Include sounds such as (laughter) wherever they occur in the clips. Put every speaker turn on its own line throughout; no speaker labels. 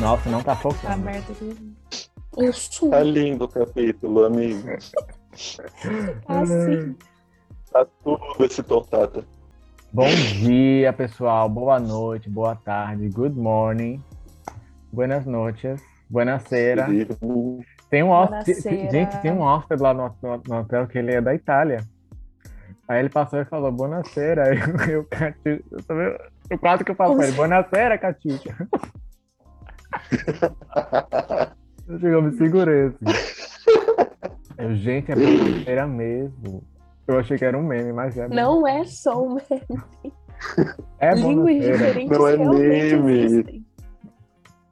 mouse não tá
Tá
focando.
aberto aqui.
Isso.
Tá lindo o capítulo, amigo.
Ah,
Hum.
sim.
Tá tudo esse tortata.
Bom dia, pessoal. Boa noite, boa tarde, good morning. Buenas noches. Buenas cera. Tem um hóspede.
Buonasera.
Gente, tem um hóspede lá no, no- no hotel que ele é da Itália. Aí ele passou e falou, Bonacera. (laughs) Aí eu, eu, Cati- eu, também- eu quase que eu falo pra ele, Bonacera,
(laughs)
Catiucha. Eu, cheguei, eu me segurei assim. Eu, gente, é Bonacera mesmo. Eu achei que era um meme, mas é.
Não é só uma
é
línguas
Bonacera.
diferentes
Não é
realmente
meme.
existem.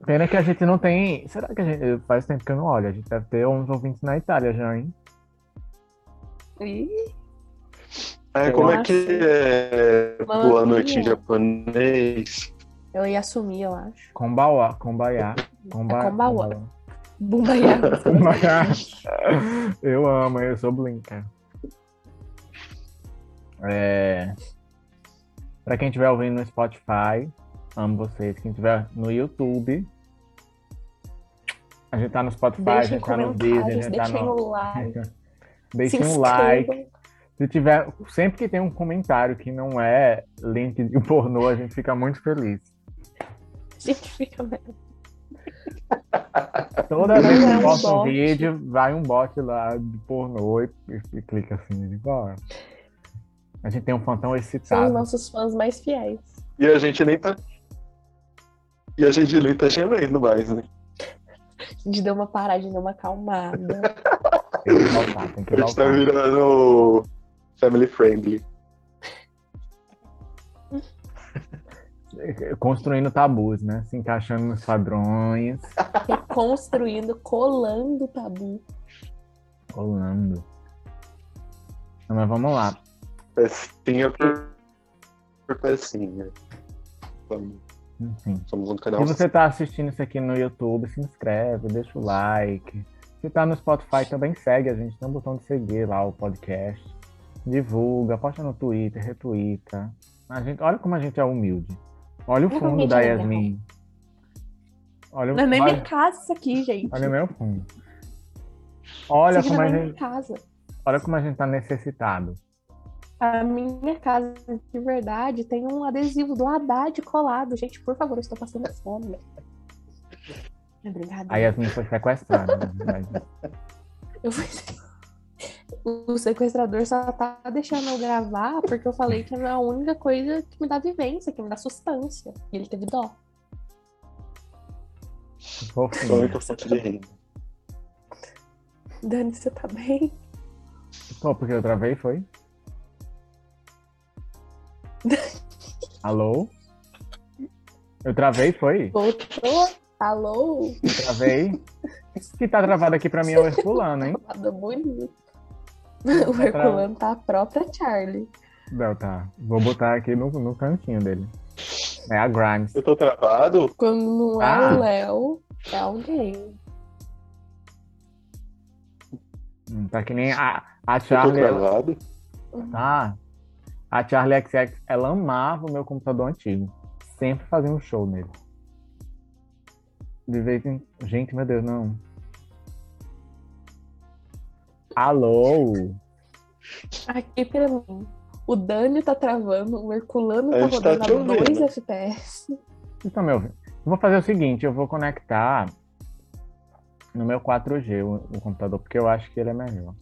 Pena que a gente não tem. Será que a gente. Faz tempo que eu não olho. A gente deve ter uns ouvintes na Itália já, hein?
Ih,
É, como é que é boa
Mamãe.
noite em japonês?
Eu ia assumir, eu acho.
Kombawa, Kombaiá. Komba...
É Kombawa.
(laughs)
Bumba Yaga.
Kombaiá. (laughs) Eu amo, eu sou Blinker. É... Pra quem estiver ouvindo no Spotify, amo vocês. Quem estiver no YouTube, a gente tá no Spotify, a
Deixem
gente tá no Disney,
comentários,
a gente tá
deixem
no.
o like. se
Deixem um
inscrevam.
like. Se tiver, sempre que tem um comentário que não é link de pornô, a gente fica muito feliz.
A gente fica mesmo.
Toda vez que
É um
eu posto um
bot.
vídeo, vai um bot lá de pornô e, e- e clica assim, de bora. A gente tem um fantão
São os
excitado.
nossos fãs mais fiéis.
E a gente nem tá. E a gente nem tá gemendo mais, né?
A gente deu uma parada, deu uma acalmada.
Tem que
(laughs)
voltar, tem que
A gente tá
voltar.
virando family friendly.
Construindo tabus, né? Se encaixando nos padrões.
Reconstruindo, colando o tabu.
Rolando. Não, mas vamos lá.
Pecinha por, por pecinha. Vamos-
Enfim.
Somos um canal.
Se você tá assistindo isso aqui no YouTube, se inscreve, deixa o like. Se tá no Spotify, também segue a gente. Tem um botão de seguir lá o podcast. Divulga, posta no Twitter, retuita. A gente, olha como a gente é humilde. Olha o
Não,
fundo
humilde
da
não, não.
Yasmin. Olha, o-
Não é nem minha
olha,
casa isso aqui, gente.
olha o meu fundo. Olha
isso aqui
como,
não
a
é minha
gente,
casa.
olha como a gente tá necessitado.
A minha casa, de verdade, tem um adesivo do Haddad colado. Gente, por favor, eu estou passando fome. É brincadeira.
A Yasmin foi sequestrada. né? na verdade.
Eu fui... O sequestrador só tá deixando eu gravar porque eu falei que é a única coisa que me dá vivência, que me dá sustância. E ele teve dó.
Só
Fofinho.
muito forte de rir.
Dani, você tá bem?
Pô, porque eu travei, foi? Alô? Eu travei, foi?
Voltou? Alô?
Eu travei? Isso que tá travado aqui pra mim é o Herculano, hein?
Nada Tá bonito. O Herculano tá a própria Charlie.
Não, tá. Vou botar aqui no, no cantinho dele. É a Grimes.
Eu tô travado?
Quando não é
Ah.
o Léo, é alguém.
Hum, Tá que nem a, a
Eu tô
Charlie. ela-
travado?
Tá. A Charlie XX, ela amava o meu computador antigo. Sempre fazia um show nele. De vez em. Gente, meu Deus, não. Alô?
Aqui pra mim. O Dani tá travando, o Herculano
A
tá
gente tá
rodando
te
a 2
ouvindo.
FPS.
Vocês estão me ouvindo? Eu vou fazer o seguinte: eu vou conectar no meu 4G o, o computador, porque eu acho que ele é melhor.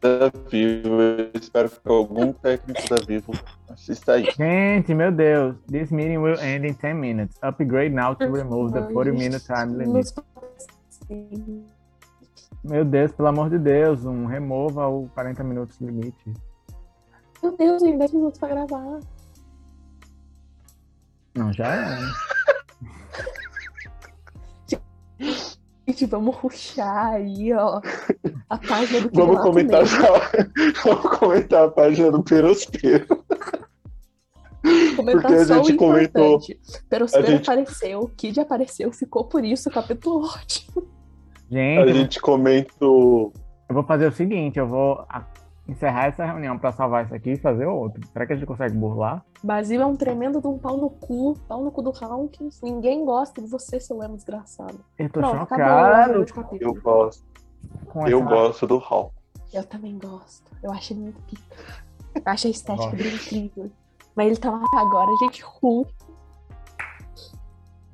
da Vivo. Eu espero que algum técnico da Vivo assista aí.
Gente, meu Deus. This meeting will end in 10 minutes. Upgrade now to remove the 40 minute time limit.
Nos- Sim.
Meu Deus, pelo amor de Deus, um remova o 40 minutos limite.
Meu Deus, tem 10 minutos pra gravar.
Não, já é. né?
Gente, vamos ruxar aí, ó. A página do
(laughs) Vamos
Pilato
comentar
mesmo.
já. (laughs) Vamos comentar a página do Perospero.
Comentar
porque a
só
gente
o
comentou.
importante. Perospero
A gente-
apareceu, Kid apareceu, ficou por isso, capítulo ótimo.
Gente,
A gente comenta o
eu vou fazer o seguinte, eu vou a- encerrar essa reunião pra salvar isso aqui e fazer outro. Será que a gente consegue burlar?
Brasil é um tremendo de um pau no cu, pau no cu do Hawkins. Ninguém gosta de você, seu emo desgraçado.
Eu tô
Pronto,
chocado
acabou o capítulo.
Eu gosto,
com
eu
essa-
gosto do Hall.
Eu também gosto. Eu achei muito pica. Eu acho a estética
Nossa.
dele incrível. Mas ele tá lá agora, gente. Hulk.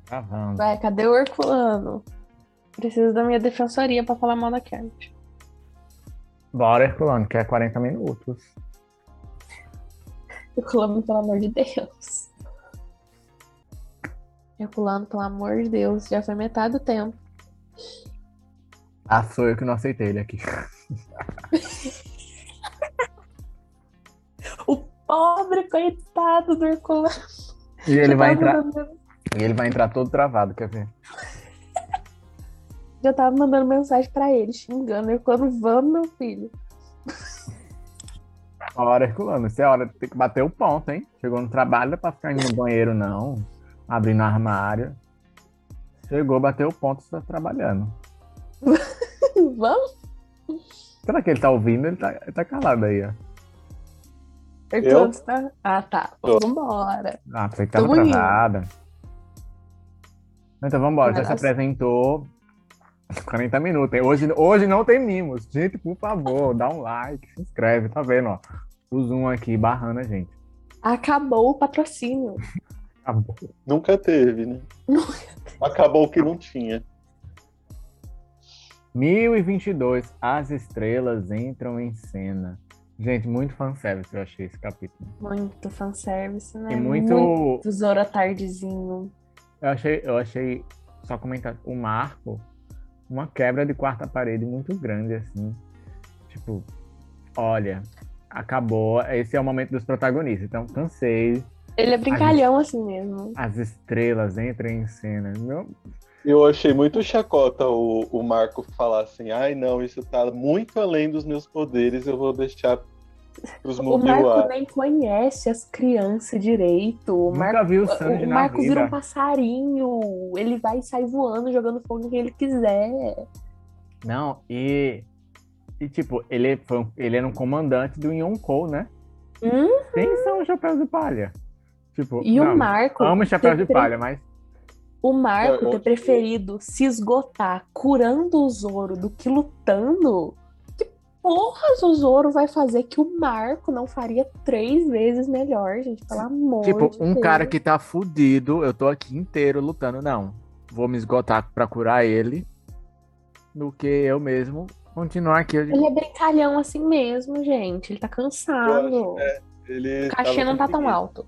Travando.
Vai, cadê o Herculano? Preciso da minha defensoria pra falar mal da Kermit.
Bora, Herculano, que é 40 minutos.
Herculano, pelo amor de Deus. Herculano, pelo amor de Deus. Já foi metade do tempo.
Ah, sou eu que não aceitei ele aqui. (laughs)
Pobre coitado do Herculano.
E ele
Já
vai
tava
entrar.
mandando-
E ele vai entrar todo travado, quer ver?
Já tava mandando mensagem pra ele, xingando. Herculano, vamos, meu filho.
Hora, Herculano, isso é hora de ter que bater o ponto, hein? Chegou no trabalho, não é pra ficar indo no banheiro, não. Abrindo armário. Chegou, bateu o ponto, está trabalhando.
vamos?
Será que ele tá ouvindo? Ele tá, ele tá calado aí, ó.
Herculano, você tá... Ah, tá.
Tô.
Vambora.
Ah, pensei que
Tô
tava
bonito.
travada. Então vambora, já se
Nossa.
apresentou. 40 minutos, hein? Hoje, hoje não tem mimos. Gente, por favor, dá um like, se inscreve, tá vendo, ó. O Zoom aqui barrando a gente.
Acabou o patrocínio.
Acabou.
Nunca teve, né? Acabou que não tinha.
1022, as estrelas entram em cena. Gente, muito fanservice eu achei esse capítulo.
Muito fanservice, né?
e É muito.
muito Zora Tardezinho.
Eu, achei, eu achei, só comentar, o Marco, uma quebra de quarta parede muito grande, assim. Tipo, olha, acabou, esse é o momento dos protagonistas. Então, cansei,
Ele é brincalhão assim mesmo.
as estrelas entram em cena. Meu,
Eu achei muito chacota o, o Marco falar assim: ai não, isso tá muito além dos meus poderes, eu vou deixar pros
O Marco
Mugiwara.
nem conhece as crianças direito. O Marco,
nunca vi o Sanji
o
na
Marco
vida.
vira um passarinho. Ele vai e sai voando, jogando fogo em quem ele quiser.
Não, e. E, tipo, ele, foi um- ele era um comandante do Yonkou, né?
Hum?
Quem são os chapéus de palha? Tipo,
E
não,
o Marco.
Amo chapéus de
ter pre-
palha, mas
O Marco
Eu- eu-
ter preferido se esgotar curando o Zoro do que lutando. Que porras o Zoro vai fazer que o Marco não faria três vezes melhor, gente? Pelo amor
Tipo,
de
um
Deus.
cara que tá fudido, eu tô aqui inteiro lutando, não. Vou me esgotar pra curar ele. Do que eu mesmo continuar aqui. Eu digo,
Ele é brincalhão assim mesmo, gente. Ele tá
Eu
cansado.
acho, é, Ele
O cachê
tava
não tá tão
conseguindo.
alto.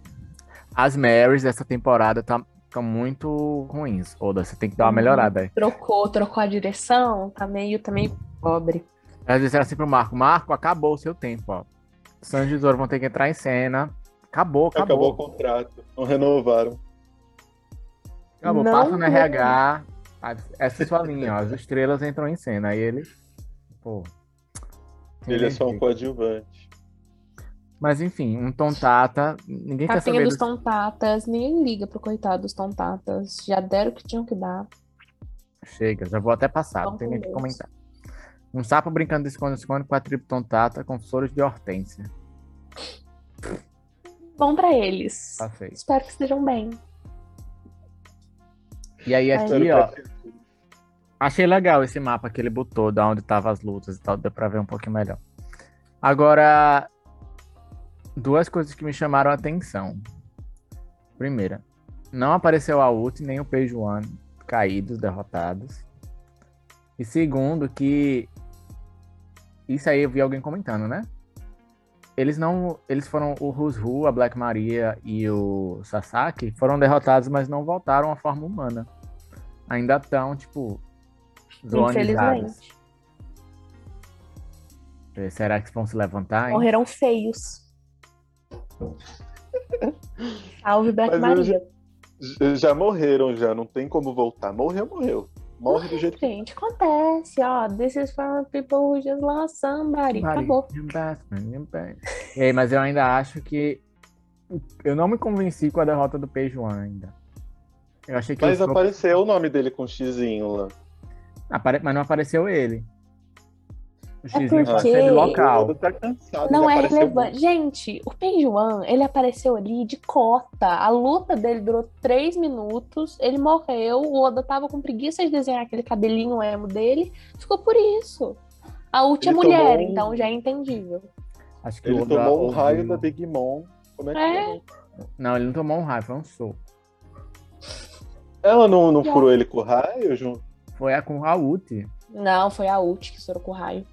As Marys dessa temporada tá, tão muito ruins. Oda, você tem que dar
Uhum.
uma melhorada aí.
Trocou, trocou a direção, tá meio também pobre.
Elas disseram assim pro Marco: Marco, acabou o seu tempo, ó. Sanji e Zoro vão ter que entrar em cena. Acabou,
tá
Acabou
acabou.
o contrato, não renovaram.
Acabou,
Não
passa no
tem.
RH. a- Essa é sua linha, ó. As estrelas entram em cena. Aí ele. Pô. sem
Ele é só
jeito.
um coadjuvante.
Mas enfim, um tontata. Ninguém quer
Capinha
saber dos
dos Tá tontatas, ninguém liga pro coitado dos tontatas. Já deram o que tinham que dar.
Chega, já vou até passar, não
Vamos
tem
com
nem o que
Deus.
comentar. Um sapo brincando de esconde-esconde com a tribo tontata com flores de hortênsia.
Bom pra eles.
Passei.
Espero que estejam bem.
E aí
Ai.
aqui, ó, achei legal esse mapa que ele botou, da onde estavam as lutas e tal, deu pra ver um pouquinho melhor. Agora, duas coisas que me chamaram a atenção. Primeira, não apareceu a ult nem o Peijuan caídos, derrotados. E segundo, que isso aí eu vi alguém comentando, né? Eles não, eles foram o Rusru, a Black Maria e o Sasaki foram derrotados, mas não voltaram à forma humana. Ainda estão tipo zoonizados.
Infelizmente.
Será que vão se levantar? hein?
Morreram feios. Salve, Black
Mas eu
Maria.
J- Já morreram, já, não tem como voltar. Morreu, morreu. Morre do jeito que.
Gente, acontece, ó. This is for people who just love somebody.
Mari,
Acabou.
I'm back, man, I'm back. E aí, mas eu ainda acho que. Eu não me convenci com a derrota do Peijuan ainda. Eu achei que.
Mas
o Sop-
apareceu o nome dele com um xizinho lá.
apare- mas não apareceu ele. O Xizinho tá
É porque-
sendo local.
Todo tá cansado,
Não
já
é
apareceu
relevante. Gente, o Penjuan, ele apareceu ali de cota. A luta dele durou três minutos, ele morreu, o Oda tava com preguiça de desenhar aquele cabelinho emo dele, ficou por isso. A última
Ele tomou
mulher,
um-
então já é entendível.
Acho que
Ele
o Oda
tomou um
ouviu.
raio da Big Mom. Como é que
É.
é?
Não, ele não tomou um raio, foi um soco.
Ela não, não
Já.
furou ele com o raio, Ju?
Foi a com o Raúti.
Não, foi a Ult que estourou com o raio.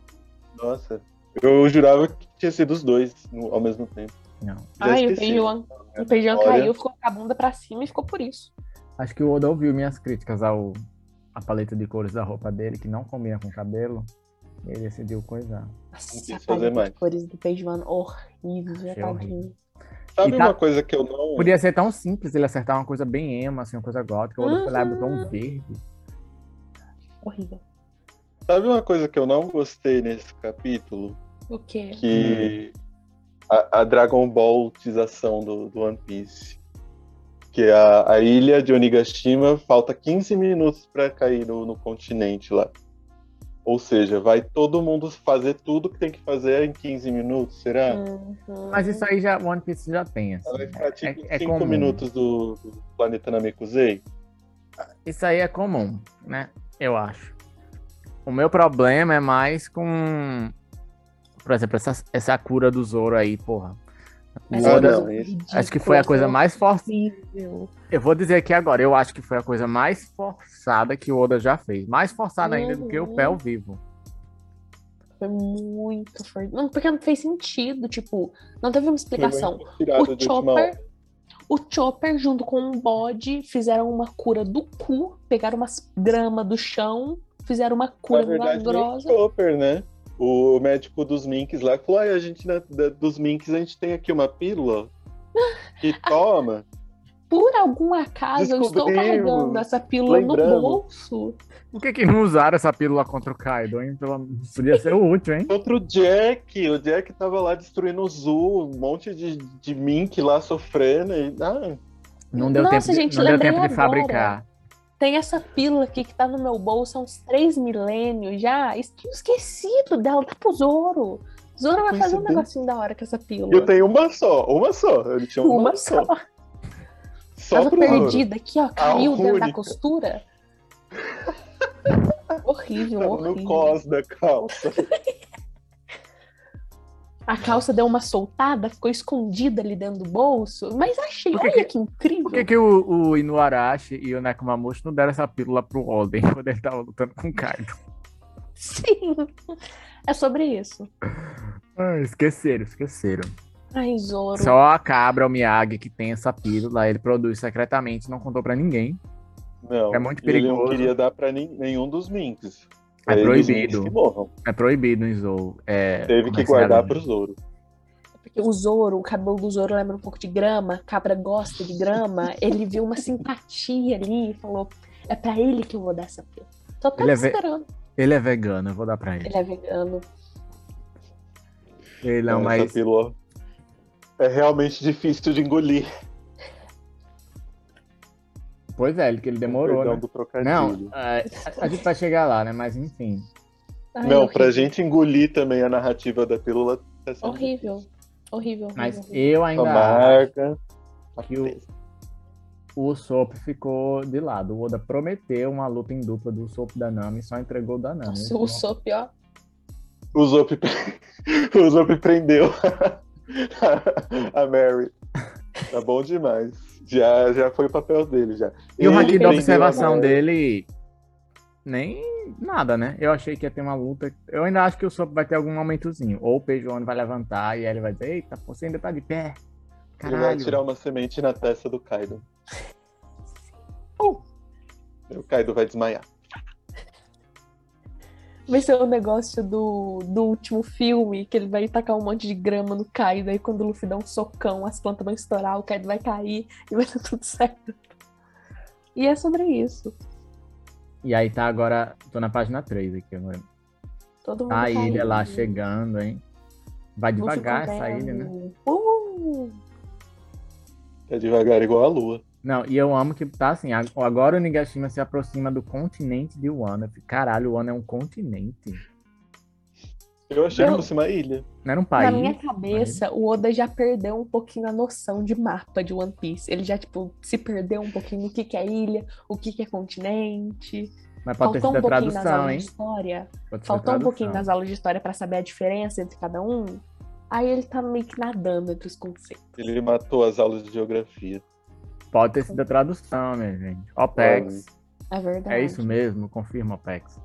Nossa. Eu jurava que tinha sido os dois no- ao mesmo tempo.
Não.
Já
Ai, o
esqueci.
Penjuan, o Penjuan
Olha.
caiu, ficou com a bunda pra cima e ficou por isso.
Acho que o Oda ouviu minhas críticas ao a paleta de cores da roupa dele, que não combina com o cabelo. E ele decidiu coisar.
Nossa,
Não quis
a
fazer
paleta
mais.
de cores do Penjuan horrível,
Achei
tadinho.
Sabe
E tá-
uma coisa que eu não.
Podia ser tão simples ele acertar uma coisa bem ema, assim, uma coisa gótica. O Oda foi lá e botou
Uhum.
um verde.
Horrível.
Sabe uma coisa que eu não gostei nesse capítulo?
O quê?
que a, a Dragon Ballização do, do One Piece. Que é a, a ilha de Onigashima falta 15 minutos para cair no, no continente lá. Ou seja, vai todo mundo fazer tudo que tem que fazer em 15 minutos, será?
Uhum.
Mas isso aí já One Piece já tem. Assim,
Ela vai ficar tipo
é
5
comum.
minutos do, do planeta Namekusei.
Isso aí é comum, né? Eu acho. O meu problema é mais com. Por exemplo, essa, essa cura do Zoro aí, porra. O
Essa
Ah,
Oda-
coisa
não, isso-
ridícula,
acho que foi a coisa mais forte.
horrível.
Eu vou dizer aqui agora, eu acho que foi a coisa mais forçada que o Oda já fez. Mais forçada ainda do que o
Uhum.
pé ao vivo.
Foi muito forte. Não, porque não fez sentido, tipo, não teve uma explicação.
Foi
O
tirado de última hora.
Chopper, o Chopper, junto com um bode, fizeram uma cura do cu, pegaram umas grama do chão, fizeram uma
Na
cura
verdade, nem o
milagrosa.
Chopper, né? O médico dos Minks lá falou: "Ai, a gente na- da- dos Minks, a gente tem aqui uma pílula que toma.
Por algum acaso, eu estou
Descobrimos,
carregando essa pílula
lembramos.
no bolso.
Por que, que não usaram essa pílula contra o Kaido, hein? Pelo- Podia ser útil, hein?
Outro Jack, o Jack tava lá destruindo o Zoo, um monte de, de Mink lá sofrendo. E, ah,
Não deu
Nossa,
tempo, de,
gente,
não deu
lembrei
tempo de
agora.
fabricar.
Tem essa pílula aqui que tá no meu bolso há uns três milênios já. Es- Tinha esquecido dela, tá pro Zoro. Zoro vai fazer um
Coincidência.
negocinho da hora com essa pílula.
eu tenho uma só, uma só. Ele tinha uma,
Uma
só.
só.
Só
Tava
pro né? Zoro.
perdida aqui, ó. Caiu dentro da
única.
costura. horrível,
Tava
horrível.
No cos da calça.
A calça deu uma soltada, ficou escondida ali dentro do bolso. Mas achei,
Por que
olha que incrível.
Por que, que o, o Inuarashi e o Nekomamushi não deram essa pílula pro Oden (laughs) quando ele tava lutando com o Kaido?
(laughs) Sim. É sobre isso.
Ah, esqueceram, esqueceram.
Ai, Zoro.
Só a cabra, o Miyagi, que tem essa pílula, ele produz secretamente, não contou pra ninguém.
Não,
É muito
e ele não
perigoso.
queria dar pra nin- nenhum dos Minks.
É
Aí, dos
proibido.
Minks que morram.
É proibido em Zou. É,
Teve que
comercializar.
guardar pro Zoro.
Porque o Zoro, o cabelo do Zoro lembra um pouco de grama, cabra gosta de grama, ele viu uma simpatia ali e falou: é pra ele que eu vou dar essa pílula. Só tava
Ele é ve-
esperando.
Ele é vegano, eu vou dar pra ele.
Ele é vegano.
Ele não,
Essa
mas.
pílula é realmente difícil de engolir.
Pois é, ele- que ele demorou,
Perdão
né?
do trocadilho.
Não, é, a, a gente vai chegar lá, né? Mas enfim.
Ai,
Não,
horrível.
pra gente engolir também a narrativa da pílula tá sendo
Horrível. Horrível.
Mas é,
horrível.
eu
difícil. a
ainda acho
marca.
que o, o Sop ficou de lado. O Oda prometeu uma luta em dupla do Sop da Nami e só entregou o da Nami. Então,
Nossa, o Sop, ó.
O Zop, (laughs) o Zop prendeu (laughs) a Mary. Tá bom demais. Já, já foi o papel dele já.
E o
Ele
haki da
prendeu a
né?
observação
Mary.
dele. Nem nada, né? Eu achei que ia ter uma luta. Eu ainda acho que o Sop vai ter algum momentozinho. Ou o Pejoano vai levantar e aí ele vai dizer: Eita, você ainda tá de pé.
Ele vai
Caralho.
tirar uma semente na testa do Kaido. Uh! O Kaido vai desmaiar.
Vai ser o negócio do, do último filme, que ele vai tacar um monte de grama no Kaido, aí quando o Luffy dá um socão, as plantas vão estourar, o Kaido vai cair e vai dar tudo certo. E é sobre isso.
E aí tá agora. Tô na página 3 aqui agora.
Todo mundo
Tá a
caindo.
ilha lá chegando, hein? Vai
Vou
devagar
ficar
essa
bem.
ilha, né?
Uh!
Tá devagar igual a lua.
Não, e eu amo que tá assim, ag- agora o Nigashima se aproxima do continente de Wano. Eu fico, Caralho, Wano é um continente.
Eu achei
Eu-
que fosse uma ilha.
Não era um país.
Na minha cabeça, o Oda já perdeu um pouquinho a noção de mapa de One Piece. Ele já, tipo, se perdeu um pouquinho no que, que é ilha, o que, que é continente.
Mas pode ter
Faltou
sido
um
a
pouquinho nas
tradução,
aulas
hein?
de história.
Pode ter sido a
Faltou um pouquinho
tradução.
nas aulas de história pra saber a diferença entre cada um. Aí ele tá meio que nadando entre os conceitos.
Ele matou as aulas de geografia.
Pode ter sido a tradução, minha gente. OPEX.
É verdade.
É isso mesmo, confirma OPEX.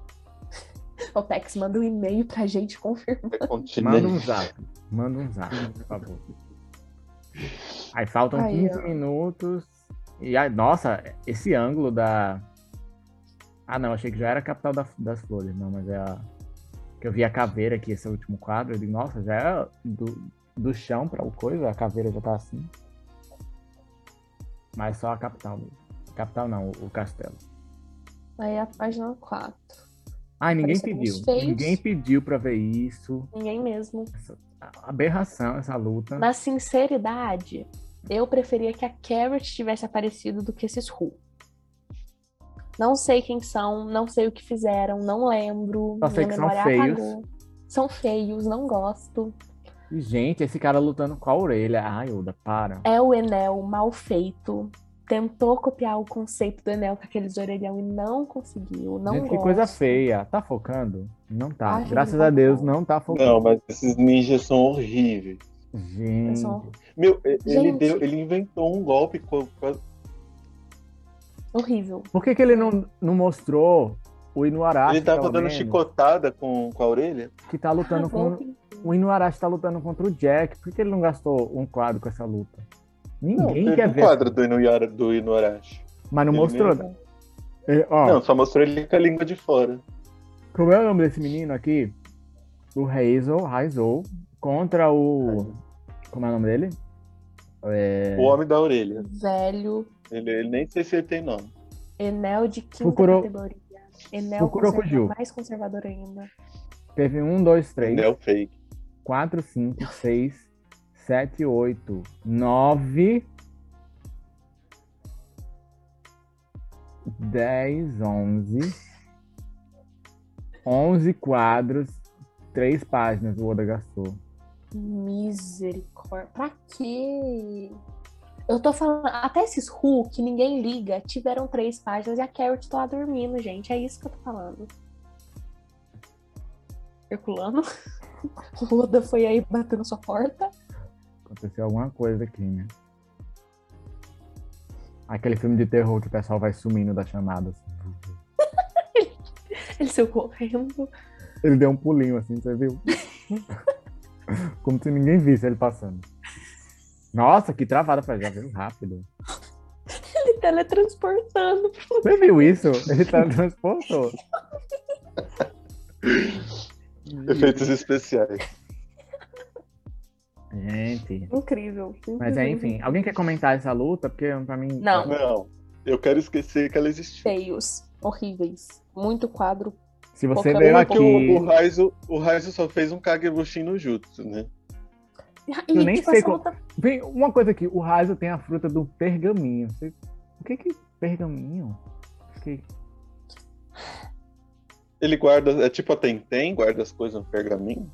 O Tex manda um e-mail pra gente confirmar.
É
Manda um
continente.
zap. Manda um zap, por favor. Aí faltam
Aí,
15 minutos. E aí, nossa, esse ângulo da. Ah, não, achei que já era a capital da- das flores, não, mas é a. Que eu vi a caveira aqui, esse último quadro. Eu digo, nossa, já é do, do chão pra o coisa, a caveira já tá assim. Mas só a capital mesmo. Capital não, o, o castelo.
Aí é a página 4.
Ai, ninguém
Apareceu
pediu.
uns feios.
Ninguém pediu pra ver isso.
Ninguém mesmo.
Aberração essa luta.
Na sinceridade, eu preferia que a Carrot tivesse aparecido do que esses Who. Não sei quem são, não sei o que fizeram, não lembro.
Só sei
minha
que são
memória
feios.
apagou. São feios, não gosto.
E, Gente, esse cara lutando com a orelha. Ai, Oda, para.
É o Enel mal feito. Tentou copiar o conceito do Enel com aqueles orelhão e não conseguiu. Não
Gente, que
gosto.
coisa feia. Tá focando? Não tá.
Ai,
Graças
não
a Deus,
tá.
não tá focando.
Não, mas esses ninjas são horríveis.
Gente,
Pessoal,
Meu, e- ele,
Gente.
deu, ele inventou um golpe com, com a-
Horrível.
por que, que ele não, não mostrou o Inuarashi?
Ele tá tava
Ah, pelo
dando
menos,
chicotada com, com a orelha.
Que tá lutando
Ah,
com.
voltem.
O Inuarashi tá lutando contra o Jack. Por que ele não gastou um quadro com essa luta? Ninguém
Teve
quer
um
ver.
quadro do, Inuyara, do Inuarashi.
Mas não
Ele
mostrou, né? É, ó,
Não, só mostrou ele com a língua de fora.
como é o nome desse menino aqui? O Hazel, Hazel, contra o. Como é o nome dele? É.
O homem da orelha.
Velho.
Ele, ele nem sei se ele tem nome.
Enel de quinta
Fukuro-
categoria. Enel
Fukuro
conserva-
Kuju.
mais conservador ainda.
Teve um, dois, três.
Ele é o fake.
4, 5, 6, 7, 8, 9, 10, 11, 11 quadros, 3 páginas o Oda gastou.
Misericórdia. Pra quê? Eu tô falando, até esses Who que ninguém liga, tiveram três páginas e a Carrot tá lá dormindo, gente. É isso que eu tô falando. Circulando. (laughs) O Oda foi aí batendo sua porta.
Aconteceu alguma coisa aqui, né? Aquele filme de terror que o pessoal vai sumindo da chamada. assim.
Ele saiu correndo.
Ele deu um pulinho assim, você viu? (laughs) Como se ninguém visse ele passando. Nossa, que travada pra já veio rápido.
Ele teletransportando.
Você viu isso? Ele tá teletransportou.
Efeitos especiais.
Gente.
Incrível.
Mas é,
incrível.
enfim, alguém quer comentar essa luta? Porque pra mim.
Não.
Não, eu quero esquecer que ela existiu.
Feios. Horríveis. Muito quadro.
Se você
Qualquer
veio
um
aqui.
O Raizo, o Raizo só fez um Kagebushin no Jutsu, né?
E,
Eu nem
tipo,
sei
essa
qual-
luta
Vem, uma coisa aqui, o Raizo tem a fruta do pergaminho. Você- O que que. Pergaminho? Fiquei-
Ele guarda, é tipo a Tentem, guarda as coisas no pergaminho.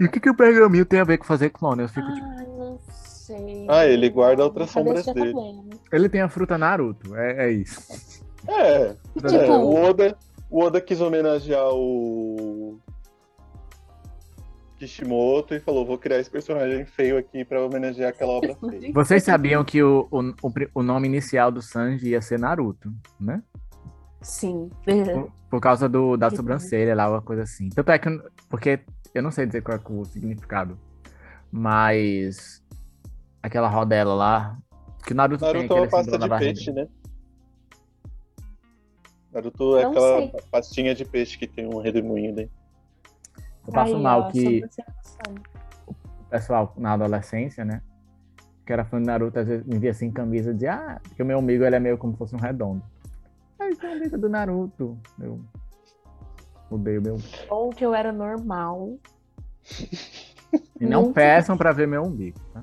E o que, que o pergaminho tem a ver com fazer clone? Eu fico, tipo,
Ah, não sei.
Ah, ele guarda outras
Minha cabeça
sombras
já tá
dele.
doendo.
ele tem a fruta Naruto. É, é isso.
É,
Tipo-
é, o Oda, o Oda quis homenagear o Kishimoto e falou, vou criar esse personagem feio aqui pra homenagear
(laughs)
aquela obra feia.
Vocês sabiam que o, o, o pri- o nome inicial do Sanji ia ser Naruto, né?
Sim.
Por, por causa do, da
Que
sobrancelha lá, uma coisa assim. Tanto é que. eu- Porque eu não sei dizer qual é o significado. Mas. Aquela rodela lá. Que o Naruto, tem
Naruto é
aquele
uma pasta
símbolo na
de
barriga.
peixe, né? Naruto é
Não
aquela
sei.
pastinha de peixe que tem um redemoinho dentro.
Eu passo
Aí,
mal
ó,
que
sobrancelha.
o pessoal na adolescência, né? Que era fã do Naruto, às vezes me via assim camisa de ah, porque o meu amigo ele é meio como se fosse um redondo. Aí camisa do Naruto. Eu odeio meu.
Ou que eu era normal.
E não
Nunca.
peçam pra ver meu umbigo,
(laughs)
tá?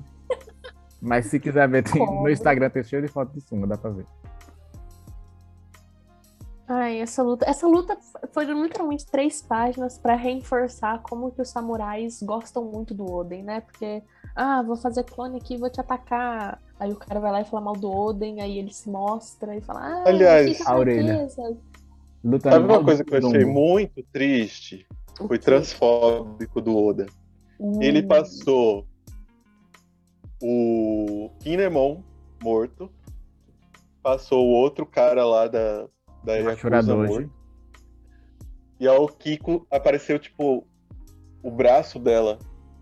Mas se quiser ver, tem, no
Como?
Instagram tem cheio de foto de sunga, dá pra ver.
Ah, Ai, essa luta, essa luta foi literalmente três páginas para reforçar como que os samurais gostam muito do Oden, né? Porque ah, vou fazer clone aqui, vou te atacar. Aí o cara vai lá e fala mal do Oden, aí ele se mostra e fala, ah,
Aliás,
a orelha.
Luta
Sabe
animal
uma coisa que eu
Tá do
achei
um mundo.
muito triste? Foi transfóbico do Oda.
Hum,
Ele passou o Kinemon morto, passou o outro cara lá da, da Yakuza
Machurador,
morto, e ao Kiko apareceu, tipo, o braço dela,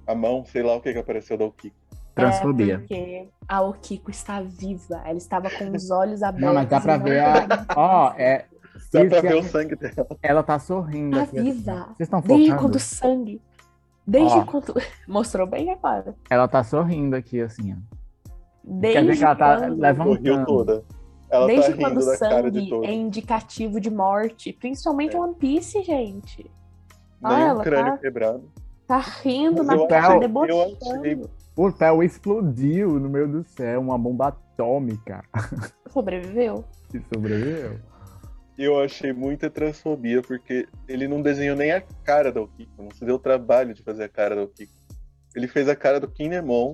a mão, sei lá o que que apareceu da Kiko.
É
Transfobia.
porque a Okiko está viva. Ela estava com os olhos abertos.
Não, mas dá pra
e não
ver a. Ó, é.
Dá
Isso
pra
é-
ver o sangue dela.
Ela tá sorrindo.
Tá
aqui,
viva.
assim. Vocês estão
Desde
focando?
quando o sangue. Desde
Ó.
quando. (laughs) Mostrou bem agora.
Ela tá sorrindo aqui, assim. ó.
Desde
Quer dizer que ela tá
quando,
Correu
levantando.
toda. Ela
desde
tá
quando
rindo da cara de
sangue
todo.
é indicativo de morte. Principalmente
É.
One Piece, gente. Ah,
Nem o
ela
crânio
tá-
quebrado.
Tá rindo
Mas
na
eu
cara,
achei-
debochando.
eu achei-
O Theo explodiu no meio do céu, uma bomba atômica. (laughs)
Sobreviveu.
Que sobreviveu.
Eu achei muita transfobia, porque ele não desenhou nem a cara da Okiko. Não se deu o trabalho de fazer a cara da Okiko. Ele fez a cara do Kinemon.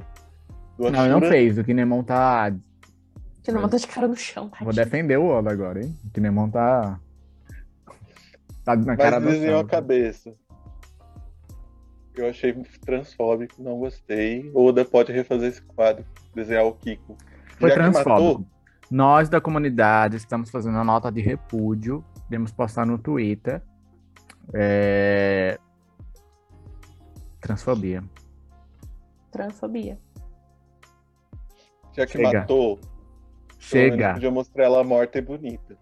Do
Não, ele não
Ashura.
fez. O Kinemon tá.
Você não botou de cara no chão, tá?
Vou
tadinho.
defender o Oda agora, hein? O Kinemon tá. Tá na
Mas
cara
ele desenhou a
do chão.
cabeça. Eu achei transfóbico, não gostei. Oda pode refazer esse quadro, desenhar o Kiko.
Foi
Já é que matou,
transfóbico. Nós da comunidade estamos fazendo a nota de repúdio. Iremos postar no Twitter. É... Transfobia.
Transfobia.
já que
Chega.
matou, pelo menos
Chega.
podia mostrar ela morta e bonita.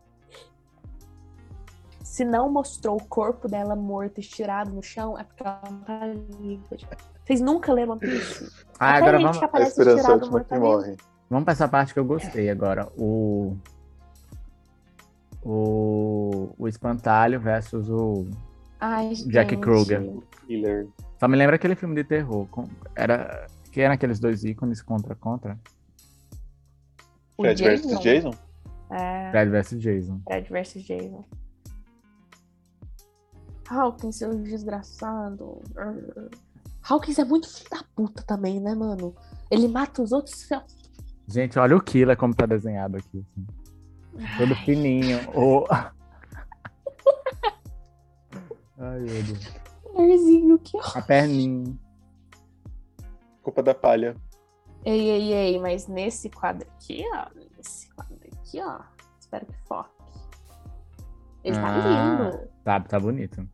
Se não mostrou o corpo dela morto, estirado no chão, é porque ela não tá viva. Vocês nunca leram One Piece?
Ah,
Até
agora
gente
vamos,
É que aparece estirado morto tá vivo.
vamos pra essa parte que eu gostei agora. O. O, o espantalho versus o.
Ai,
Jack
gente.
Kruger.
Killer.
Só me lembra aquele filme de terror. com- era, que eram aqueles dois ícones contra contra?
O
Fred versus Jason?
É,
Fred versus Jason.
Fred versus Jason. Hawkins, seu desgraçado. Arr. Hawkins é muito filho da puta também, né, mano? Ele mata os outros. só-
Gente, olha o Killer como tá desenhado aqui. assim. Todo
Ai,
fininho.
(laughs)
O... Ai, meu Deus.
Arzinho, que
A perninha.
Culpa da palha.
Ei, ei, ei, mas nesse quadro aqui, ó. Nesse quadro aqui, ó. Espero que foque. Ele tá
Ah.
lindo.
Tá, tá bonito.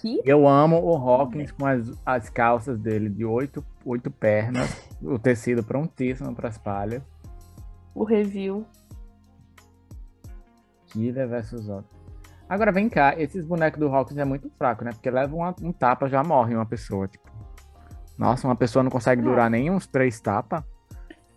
Que
Eu amo o Hawkins com as, as calças dele de oito, oito pernas. O tecido prontíssimo pras palhas.
o review.
Killer versus outro. Agora vem cá, esses bonecos do Hawkins é muito fraco, né? Porque leva uma- um tapa, já morre uma pessoa, tipo. Nossa, uma pessoa não consegue
É.
durar nem uns três tapas.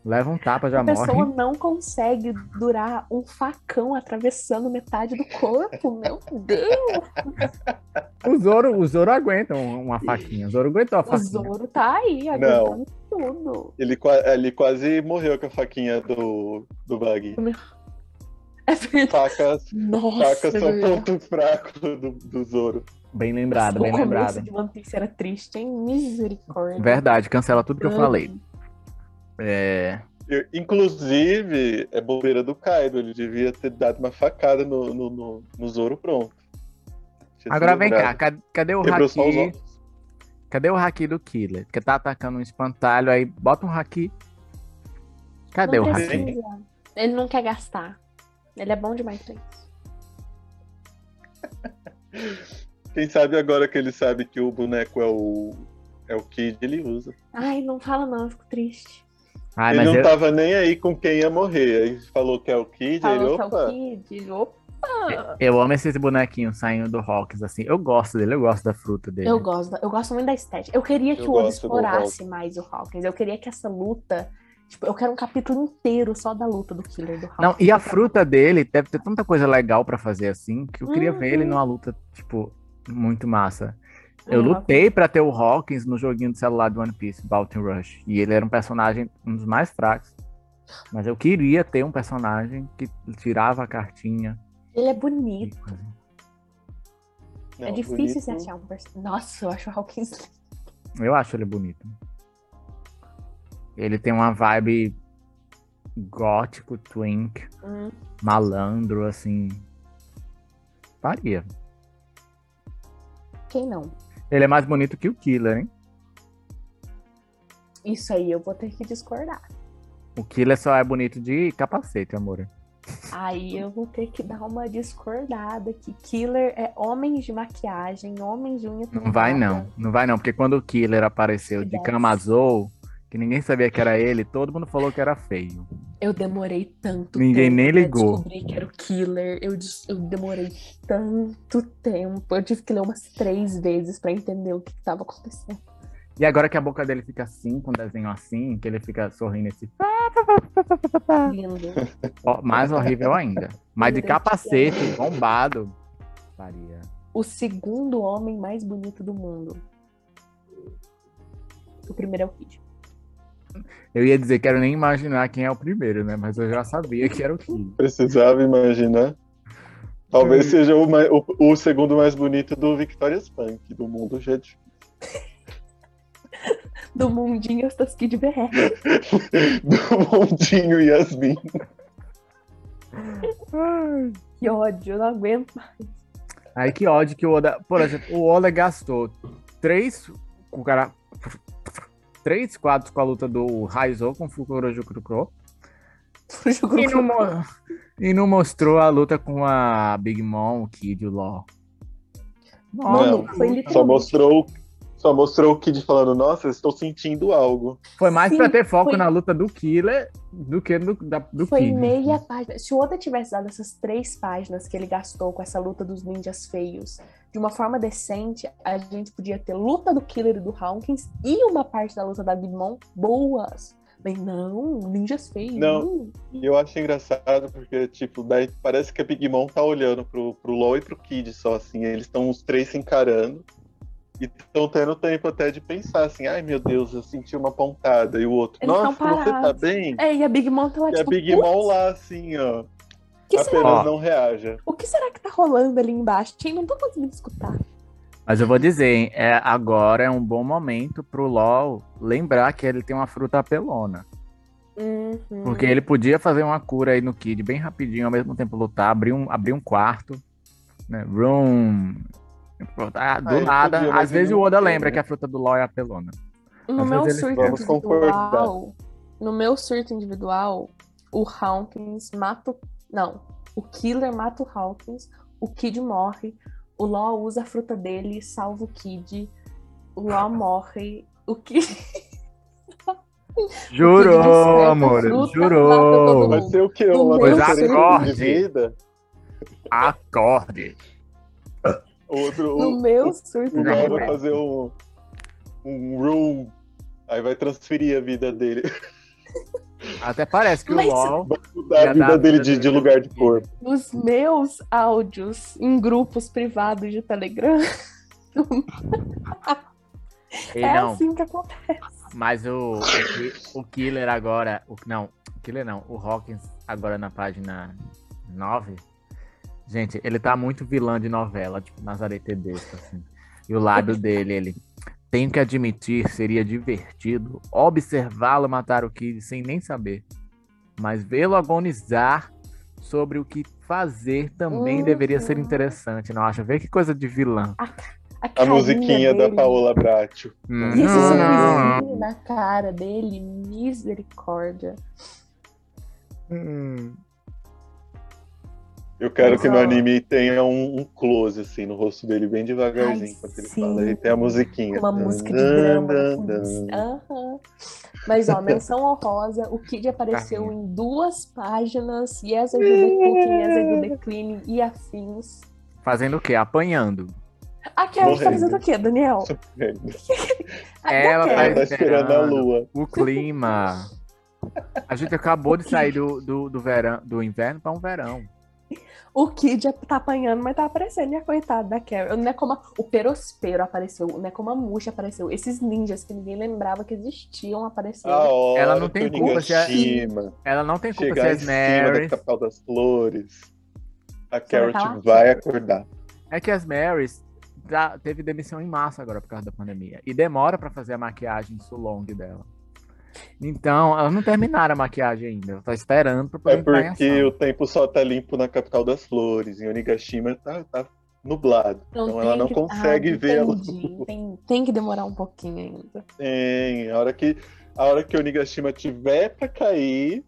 Leva um tapa, já
A pessoa
morre.
não consegue durar um facão atravessando metade do corpo. Meu Deus!
(laughs) O Zoro, o Zoro aguenta um- uma faquinha. O Zoro aguentou a
O
faquinha.
Zoro tá aí, aguentando tudo.
Ele, qua- ele quase morreu com a faquinha do, do Bug.
É verdade.
Facas,
Nossa,
facas são
meu Deus.
ponto (laughs) fraco do, do Zoro.
Bem lembrado, bem
o começo
lembrado.
de One Piece era triste, hein? Misericórdia.
Verdade, cancela tudo que eu falei. É,
Eu- inclusive, é bobeira do Kaido. Ele devia ter dado uma facada no, no, no, no Zoro pronto. Tinha
Agora
se
vem cá,
livrado.
ca- cadê o
Quebrou só os
Haki?
ossos.
Cadê o Haki do Killer? Porque tá atacando um espantalho, aí bota um Haki. Cadê
Não
o
precisa.
Haki?
precisa. Ele não quer gastar. Ele é bom demais pra isso.
Quem sabe agora que ele sabe que o boneco é o, é o Kid, ele usa.
Ai, não fala não, eu fico triste.
Ai,
ele
Ah, mas
não
eu,
tá- tava nem aí com quem ia morrer. Aí falou que é o Kid, ele,
Falou que é
opa.
o Kid, ele, opa!
eu amo esses bonequinhos saindo do Hawkins, assim. Eu gosto dele, eu gosto da fruta dele.
Eu gosto, da- eu gosto muito da estética. Eu queria que
Eu
o Oda
gosto do
explorasse mais o Hawkins. Eu queria que essa luta. Tipo, eu quero um capítulo inteiro só da luta do Killer do Hawkins.
Não, e a fruta dele deve ter tanta coisa legal pra fazer assim, que eu queria
Uhum.
ver ele numa luta, tipo, muito massa.
É,
Eu lutei pra ter o Hawkins no joguinho de celular do One Piece, Baltimore Rush. E ele era um personagem, um dos mais fracos. Mas eu queria ter um personagem que tirava a cartinha.
Ele é bonito.
Não,
é difícil você
bonito.
achar um personagem. Nossa, eu acho o Hawkins.
(laughs)
Eu acho ele bonito. Ele tem uma vibe gótico, twink,
Hum,
malandro, assim. Faria.
quem não?
Ele é mais bonito que o Killer, hein?
Isso aí eu vou ter que discordar.
O Killer só é bonito de capacete, amor.
Aí eu vou ter que dar uma discordada que Killer é homens de maquiagem, homens de unha
Não vai
pintada.
não, não vai não, porque quando o Killer apareceu de cama azul, que ninguém sabia que era ele, todo mundo falou que era feio.
Eu demorei tanto
Ninguém
tempo
nem
pra
ligou.
descobrir que era o Killer. Eu, des- eu demorei tanto tempo. Eu tive que ler umas três vezes pra entender o que, que tava acontecendo.
E agora que a boca dele fica assim, com um desenho assim, que ele fica sorrindo esse Ah. (laughs)
Lindo.
Ó, mais horrível ainda. Mas de capacete, bombado. Faria.
O segundo homem mais bonito do mundo. O primeiro é o Kid.
Eu ia dizer, quero nem imaginar quem é o primeiro, né? Mas eu já sabia que era o Kid.
Precisava imaginar. Talvez seja o, mai- o- o segundo mais bonito do Victoria's Punk, do mundo, gente. (laughs)
Do mundinho das Kid BR.
Do Mundinho Yasmin.
Que ódio, eu não aguento. mais. (laughs)
Aí que ódio que o Oda. Por exemplo, o Oda gastou três. Com o cara. Três quadros com a luta do Raizou com o Fukuro Jukuro. E, não mo- e não mostrou a luta com a Big Mom, o Kid, o Law.
Mano,
Não,
foi
Só
literalmente.
mostrou, só mostrou o Kid falando, nossa, estou sentindo algo.
Foi mais
Sim,
pra ter foco
foi-
na luta do Killer do que do, da, do
Foi
Kid.
meia página. Se o Oda tivesse dado essas três páginas que ele gastou com essa luta dos ninjas feios de uma forma decente, a gente podia ter luta do Killer e do Hawkins e uma parte da luta da Big Mom boas. Mas não, ninjas feios.
Não.
hum.
E eu acho engraçado, porque, tipo, daí parece que a Big Mom tá olhando pro, pro LOL e pro Kid só, assim. Eles estão os três se encarando. E estão tendo tempo até de pensar, assim, ai meu Deus, eu senti uma pontada. E o outro,
Eles tão
nossa, você tá
parados.
bem?
É, e a Big Mom tá lá,
E a
tipo,
Big
"Putz,
Mom lá, assim, ó.
o que será-
Apenas
Ó.
não reaja.
o que será que tá rolando ali embaixo? Gente, não tô conseguindo escutar.
Mas eu vou dizer, hein, é, agora é um bom momento pro LOL lembrar que ele tem uma fruta apelona.
Hum.
Porque ele podia fazer uma cura aí no Kid bem rapidinho, ao mesmo tempo lutar, abrir um, abrir um quarto. Né? Room. Pronto, ah, do
Ah, ele
nada.
podia, mas
Às
ele
vezes
não
o Oda
quer,
lembra
né?
que a fruta do LOL é apelona.
No
Mas
meu
eles-
surto
Vamos
individual,
concordar.
no meu surto individual, o Hawkins mata o... Não, o Killer mata o Hawkins, o Kid morre, o Law usa a fruta dele, salva o Kid, o
(laughs)
Law morre, o Kid... Jurou,
Jurou,
desperta
amor.
"É fruta, mata todo
Jurou.
Vai ser o quê?
No
Uma
meu
diferença
acorde.
de vida?
Acorde.
O
(laughs)
outro,
No
o,
meu surto
Não,
o Lau vai
não.
individual...
fazer um, um room. Aí vai transferir a vida dele.
Até parece que
Mas-
o LOL.
Mudar
Já
(laughs)
dá-
a vida dele de, de lugar de corpo.
Nos meus áudios em grupos privados de Telegram,
Ei,
é
não.
assim que acontece.
Mas o, o, Ki- o Killer agora. O, não, o Killer não. O Hawkins agora na página 9. Gente, ele tá muito vilão de novela, tipo Nazaré Tedesco, assim. E o
(laughs)
lábio dele, ele. Tenho que admitir, seria divertido observá-lo matar o Kid sem nem saber. Mas vê-lo agonizar sobre o que fazer também
Uhum.
deveria ser interessante, não acha? Vê que coisa de vilã.
A,
A
carinha
musiquinha da
dele.
Paola Bracho.
Hum.
E esse
Não,
não,
sorrisinho na cara dele, misericórdia.
não.
Eu quero que
Nossa.
no anime tenha um, um close, assim, no rosto dele, bem
Ai,
devagarzinho, enquanto ele
sim.
fala. Aí tem a musiquinha.
Uma música de
Dan,
drama. assim.
dan,
com
dan.
isso. Aham. (laughs) Mas, ó, menção honrosa, o Kid
Tá.
apareceu em duas páginas, é Yes, I do the cooking, Yes, I do the cleaning é e afins.
Fazendo o quê? Apanhando.
A Carrie tá
Morrendo.
fazendo o quê, Daniel? (laughs) A-
Ela
a
tá-
Ela
Carrie.
tá esperando a lua.
O clima. A gente acabou de sair do, do, do verão, do inverno para um verão.
O Kid já tá apanhando, mas tá aparecendo, e a coitada da Carrie. O Nekoma, o Perospero apareceu, é o Nekomamushi apareceu, esses ninjas que ninguém lembrava que existiam apareceram.
A hora
Ela não tem
que o
culpa se é-
Nigashima
Ela não tem culpa
Chegar em
se as
cima da
Marys.
capital das flores. A Carrot
tá lá?
assim? vai acordar.
É que as Marys já teve demissão em massa agora por causa da pandemia. E demora pra fazer a maquiagem Sulong dela. Então, elas não terminaram a maquiagem ainda. Eu tô esperando pra poder
É
entrar em
porque
ação.
o tempo só tá limpo na capital das flores, em Onigashima tá, tá nublado.
Então,
então
tem
ela não
que-
consegue
Ah,
ver a luz.
entendi. Tem, tem que demorar um pouquinho ainda.
Tem. A hora que, a hora que Onigashima tiver pra cair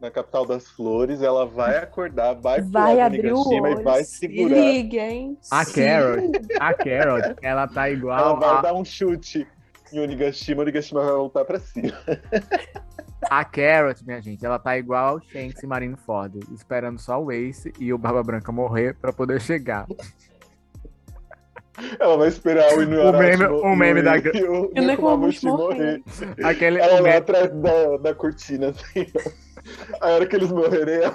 na capital das flores, ela vai acordar, vai,
Vai
pular do
abrir o
Onigashima
olho.
e vai
se
segurar.
liga, hein?
A
Se
Carrot, a Carrot, ela tá
Ela
igual
vai
a,
dar um chute em Onigashima, Onigashima vai voltar pra cima.
a Carrot, minha gente. Ela tá igual ao Shanks e Marino Ford, esperando só o Ace e o Barba Branca morrer pra poder chegar.
Ela vai esperar (laughs) o Inuarashi
meme- o meme da-
Eu
Eu nem como
morrer.
morrer.
Aquele
Ela é lá
momento-
atrás da, da cortina, assim. ó. A hora que eles morrerem, ela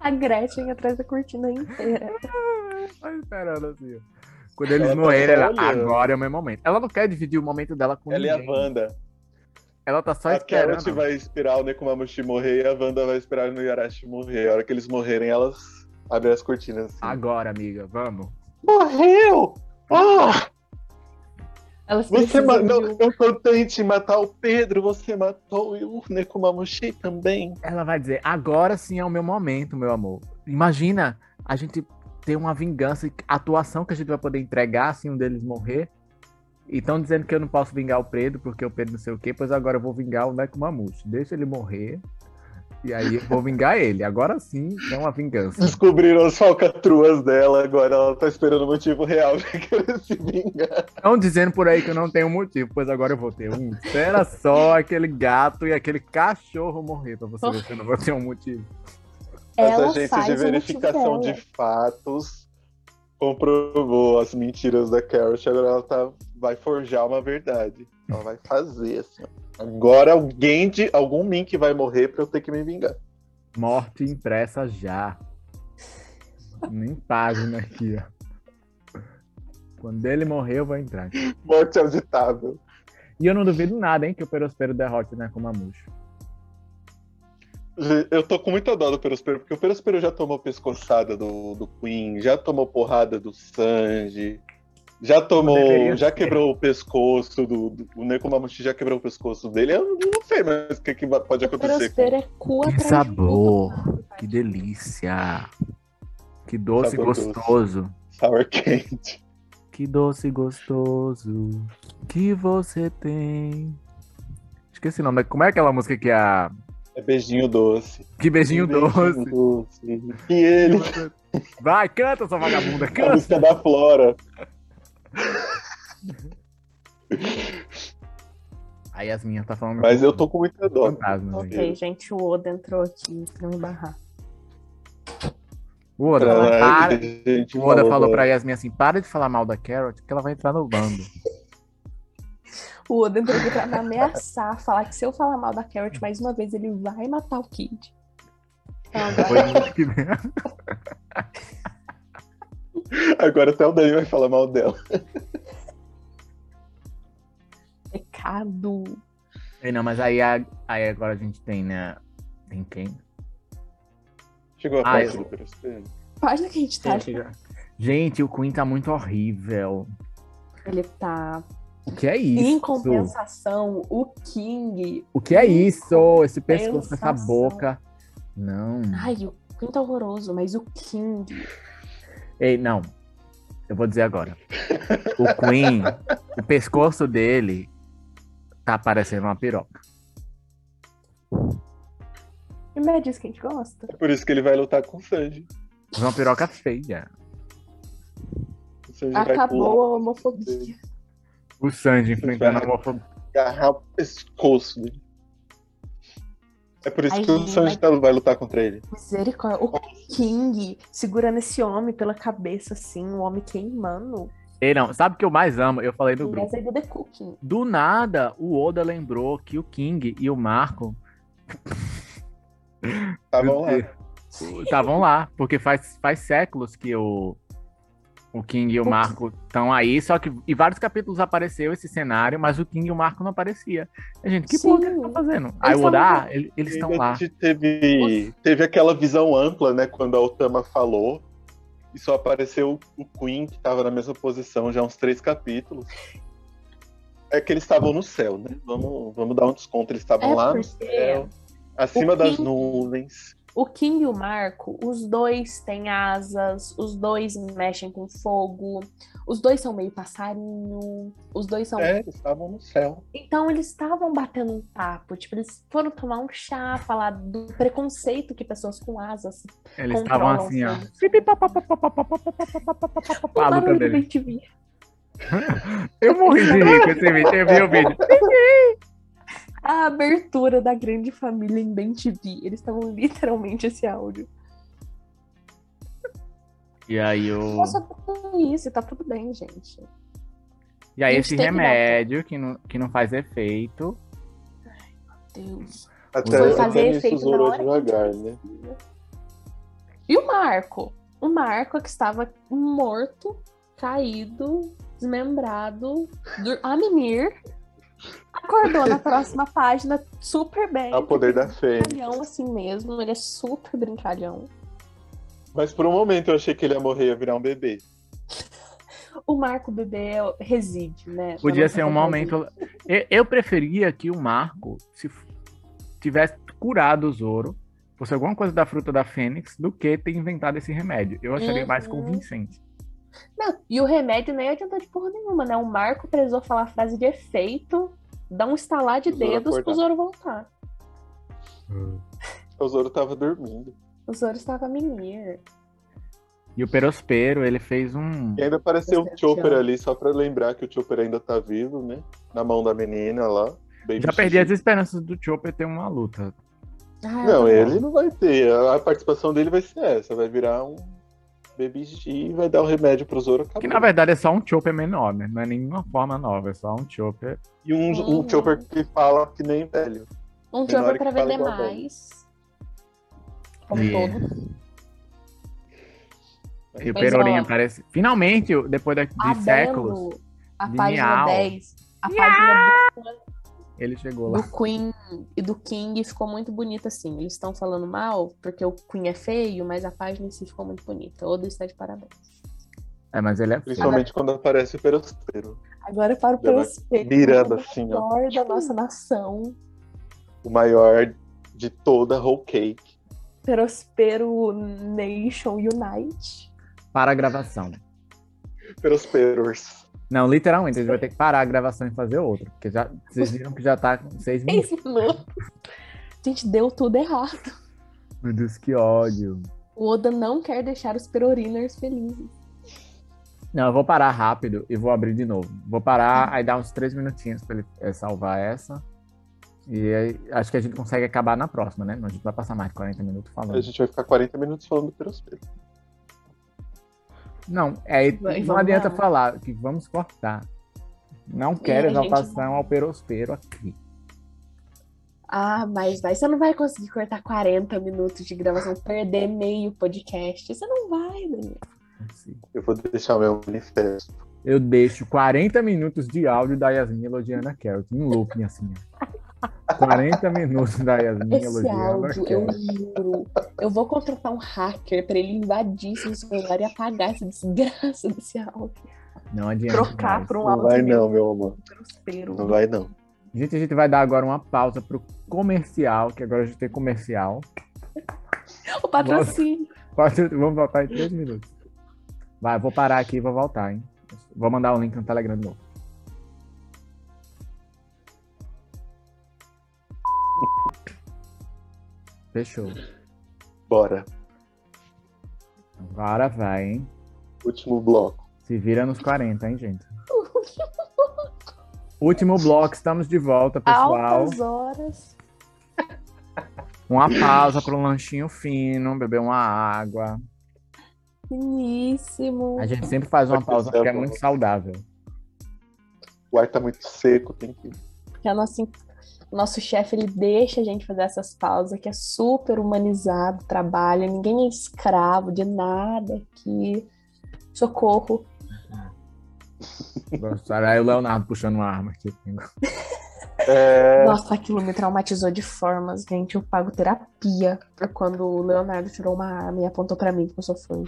A Gretchen atrás da cortina inteira.
Tá esperando assim. ó. Quando eles
Ela tá
morrerem,
só
ela,
olhando.
agora é o meu momento. Ela não quer dividir o momento dela com
Ela e a
ninguém.
Wanda.
Ela tá só
a
esperando.
Carrot vai esperar o Nekomamushi morrer e a Wanda vai esperar o Yarashi morrer. A hora que eles morrerem, elas abrem as cortinas. assim.
Agora, amiga, vamos.
Morreu! Ah!
Elas
Você
precisam
ma-
de
não,
um-
eu tô tente matar o Pedro, você matou o Nekomamushi também.
Ela vai dizer: agora sim é o meu momento, meu amor. Imagina a gente ter uma vingança, e a atuação que a gente vai poder entregar se um deles morrer. E estão dizendo que eu não posso vingar o Pedro, porque o Pedro não sei o quê, pois agora eu vou vingar o Nekomamushi. Deixa ele morrer. E aí eu vou vingar ele. Agora sim é uma vingança.
Descobriram as falcatruas dela, agora ela tá esperando o motivo real (laughs) pra querer se vingar.
Estão dizendo por aí que eu não tenho motivo, pois agora eu vou ter um. Espera só aquele gato e aquele cachorro morrer pra você ver se eu não vou ter um motivo.
Ela
Essa agência
faz
de
o motivo
verificação de
dela.
fatos comprovou as mentiras da Carrot, agora ela tá, vai forjar uma verdade. Ela vai fazer assim. ó. Agora alguém de algum mink vai morrer pra eu ter que me vingar.
Morte impressa já. Nem página aqui, ó. Quando ele morrer, eu vou entrar.
Morte auditável.
E eu não duvido nada, hein, que o Perospero derrote né, como a Muxo.
Gente, Eu tô com muita dó do Perospero, porque o Perospero já tomou pescoçada do, do Queen, já tomou porrada do Sanji, já tomou,
Deveria
já
ser.
quebrou o pescoço do, do o Nekomamushi já quebrou o pescoço dele. Eu não sei mais o que, que pode
O
acontecer com
Prospero é cu
Que
atrás de cu.
sabor, que delícia. Que doce
Sabor doce.
gostoso.
(laughs) Sour Candy.
Que doce gostoso que você tem. Esqueci o nome. Como é aquela música que a.
É beijinho doce.
Que beijinho doce.
doce. E ele,
Vai, canta, sua vagabunda,
a
canta.
música da Flora.
Aí as minhas tá falando.
Mas eu tô com muita dó.
fantasma, né? gente.
Ok, gente, o Oda entrou aqui pra me barrar.
O Oda,
Caralho,
para...
é gente,
Ah, o Oda
volta.
falou pra Yasmin assim: para de falar mal da Carrot, porque ela vai entrar no bando.
O Oda entrou aqui pra me ameaçar, falar que se eu falar mal da Carrot mais uma vez, ele vai matar o Kid. Então,
Foi
agora,
muito que bem.
Agora até o Dani vai falar mal dela.
é pecado.
(laughs) Ei, Não, mas aí, a- aí agora a gente tem, né? Tem quem?
Chegou a
Ah,
parte
eu-
do Perospero.
Página que a gente tá.
Gente, o Queen tá muito horrível.
Ele tá.
O que é
Em
isso?
compensação, o King.
O que é isso? Esse pescoço, essa
Sensação.
boca. Não.
Ai, o Queen tá horroroso, mas o King.
Ei, não. Eu vou dizer agora. O Queen, o pescoço dele tá parecendo uma piroca.
E não é disso que a gente gosta.
É por isso que ele vai lutar com o Sanji.
Mas Uma piroca feia.
O Sanji vai pular,
Acabou a homofobia.
O Sanji enfrentando a homofobia.
agarrar o pescoço dele. É por isso
Ai,
que o
gente,
Sanji
mas-
tá- vai lutar contra ele.
Misericórdia. O King segurando esse homem pela cabeça, assim, o homem queimando.
Ei, não. Sabe o que eu mais amo? Eu falei no grupo.
Mas é do The Cooking.
Do nada, o Oda lembrou que o King e o Marco
Estavam Tá lá.
estavam lá. Porque faz, faz séculos que o, o King e o Marco estão aí. Só que em vários capítulos apareceu esse cenário, mas o King e o Marco não aparecia. E, gente, que
Sim.
porra que eles estão fazendo? Aí o
Eles tão
Oda,
lá.
ah, ele- eles estão
Ainda
lá.
te- Teve, teve aquela visão ampla, né? Quando a Otama falou e só apareceu o Queen, que tava na mesma posição já há uns três capítulos. É que eles estavam no céu, né? Vamos, vamos dar um desconto. Eles estavam
É
lá no
porque
céu, acima
o
das
Queen-
nuvens.
O Kim e o Marco, os dois têm asas, os dois mexem com fogo, os dois são meio passarinho, os dois são.
É, eles estavam no céu.
Então eles estavam batendo um papo, tipo, eles foram tomar um chá, falar do preconceito que pessoas com asas
Eles estavam
controlam.
assim, ó.
sabe?
A
O
luta
barulho do
deles.
BTV.
Eu morri de rir com esse vídeo. Eu vi o vídeo.
A abertura da grande família em Ben TV. Eles estavam literalmente esse áudio.
E aí o.
Nossa, tudo isso, tá tudo bem, gente.
E aí
a gente
esse
tem que dar-
remédio que não, que não faz efeito.
Deus.
Até,
Foi
fazer
até me
efeito na
susurrou
hora que
devagar, né?
E o Marco? O Marco é que estava morto, caído, desmembrado, dur- a mimir. Acordou na próxima página super bem.
É o poder da
Ele é
fêmea.
brincalhão assim mesmo, ele é super brincalhão.
Mas por um momento eu achei que ele ia morrer, ia virar um bebê.
O Marco bebê reside, né?
Podia
Na
ser um
nossa
momento. Eu, eu preferia que o Marco se f- tivesse curado o Zoro, fosse alguma coisa da fruta da Fênix, do que ter inventado esse remédio. Eu acharia mais
Uhum.
convincente.
Não, e o remédio nem adiantou de porra nenhuma, né? O Marco precisou falar a frase de efeito, dar um estalar de
O Zoro
dedos pro
acordar.
Zoro voltar.
O Zoro tava dormindo.
O Zoro estava a menir.
E o Perospero, ele fez um.
E ainda apareceu
Tá
o
certo,
Chopper
Thiago.
ali, só pra lembrar que o Chopper ainda tá vivo, né? Na mão da menina lá. Baby
Já perdi as
Chichi.
esperanças do Chopper ter uma luta.
Ah,
Não,
é.
ele não vai ter. A a participação dele vai ser essa. Vai virar um Baby G e vai dar o remédio pro Zoro. acabou.
Que na verdade é só um Chopper menor, né? Não é nenhuma forma nova, é só um Chopper.
E um, um
Uhum.
Chopper que fala que nem velho.
um
tem hora
jogo
que
pra
fala
vender
igual a
mais. Como
É.
todo.
E o
Pois é.
Perorinha
ó.
aparece. Finalmente, eu- depois de, de
A
séculos,
Belo, a
de
página
miau.
10, a página
ele chegou
do,
lá.
do Queen e do King ficou muito bonita, assim. Eles estão falando mal, porque o Queen é feio, mas a página em si ficou muito bonita. Oda está de parabéns.
É, mas ele é feio.
Principalmente quando aparece o Perosteiro.
Agora para o
Ela vai
prospecto.
Mirando assim, ó.
maior da nossa nação.
O maior de toda a Whole Cake.
Prospero Nation Unite.
Para a gravação.
Perosperos.
Não, literalmente, a gente vai ter que parar a gravação e fazer outra. Porque já, vocês viram que já tá com seis
Hum.
minutos.
(laughs) Esse minuto. Gente, deu tudo errado.
Meu Deus, que ódio.
O Oda não quer deixar os peroriners felizes.
Não, eu vou parar rápido e vou abrir de novo. Vou parar,
Uhum.
aí dá uns três minutinhos pra ele é, salvar essa. E aí, acho que a gente consegue acabar na próxima, né? Não, A gente vai passar mais de 40 minutos
A
falando.
gente vai ficar 40 minutos falando do Perosteiro.
Não, é,
Vai,
não
vamos
adianta
lá.
falar que vamos cortar. Não quero
a gente
exaltação ao perospero aqui.
Ah, mas vai, você não vai conseguir cortar 40 minutos de gravação, perder meio podcast. Você não vai, Daniel.
Eu vou deixar meu manifesto.
Eu deixo 40 minutos de áudio da Yasmin elogiando a Carrot, em looping assim. ó. 40 minutos da Yasmin
Esse
elogiando a
áudio, eu
Carrot.
juro. Eu vou contratar um hacker pra ele invadir seu celular e apagar essa desgraça desse áudio.
Não adianta.
Trocar
mais.
por um
Não
áudio
vai
meio
não, meu amor.
prospero.
Não vai não.
Gente, a gente vai dar agora uma pausa pro comercial, que agora a gente tem comercial.
O patrocínio.
Pode- Vamos voltar em 3 minutos. Vai, vou parar aqui e vou voltar, hein? Vou mandar o link no Telegram de novo. Fechou.
Bora.
Agora vai, hein?
Último bloco.
Se vira nos 40, hein, gente? Último bloco, estamos de volta, pessoal.
Altas horas.
Uma pausa para um lanchinho fino, beber uma água.
Finíssimo.
A gente sempre faz uma pausa porque é muito saudável.
O ar tá muito seco, tem que.
Porque a nossa, o nosso chefe ele deixa a gente fazer essas pausas, que é super humanizado o trabalho, ninguém é escravo de nada aqui. Socorro.
Gostaram? Aí o Leonardo puxando uma arma aqui.
É.
Nossa, aquilo me traumatizou de formas, gente. Eu pago terapia pra quando o Leonardo tirou uma arma e apontou pra mim que eu sou fã.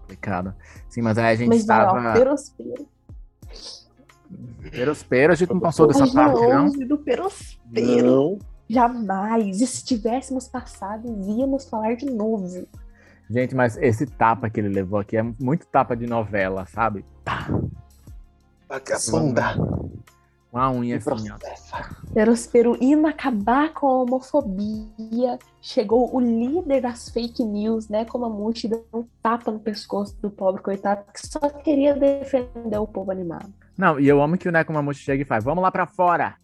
Complicado. Sim, mas aí a gente
Mas vai,
estava.
ó, perospero.
Perospero, a gente não passou dessa
Mas é
parte, não.
longe do perospero.
Não.
Jamais. E se tivéssemos passado, íamos falar de novo.
Gente, mas esse tapa que ele levou aqui é muito tapa de novela, sabe? Tá.
Vagabunda.
Uma unha assim, ó.
Processa.
Perospero indo acabar com a homofobia. Chegou o líder das fake news, né? Como a multidão um tapa no pescoço do pobre coitado que só queria defender o povo animado.
Não, e eu amo que o Nekomamushi chega e faz: Vamos lá pra fora!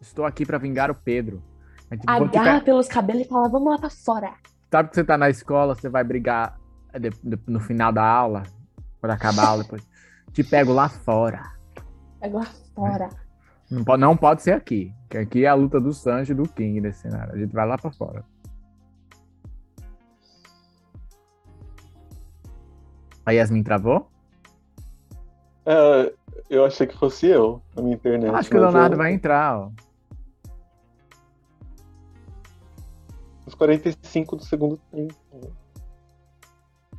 Estou aqui pra vingar o Pedro. É tipo, vou te pe-
Agarra pelos cabelos e fala: vamos lá pra fora.
Sabe que você tá na escola, você vai brigar eh, de- de- no final da aula, quando acabar a aula, depois. (laughs) Te pego lá fora.
Pega lá fora.
Não pode, não pode ser aqui. Que aqui é a luta do Sanji e do King nesse cenário. A gente vai lá pra fora. A Yasmin travou?
É, eu achei que fosse eu, na minha internet.
Acho que o
mas
Leonardo
eu-
vai entrar, ó.
Os 45 do segundo tempo.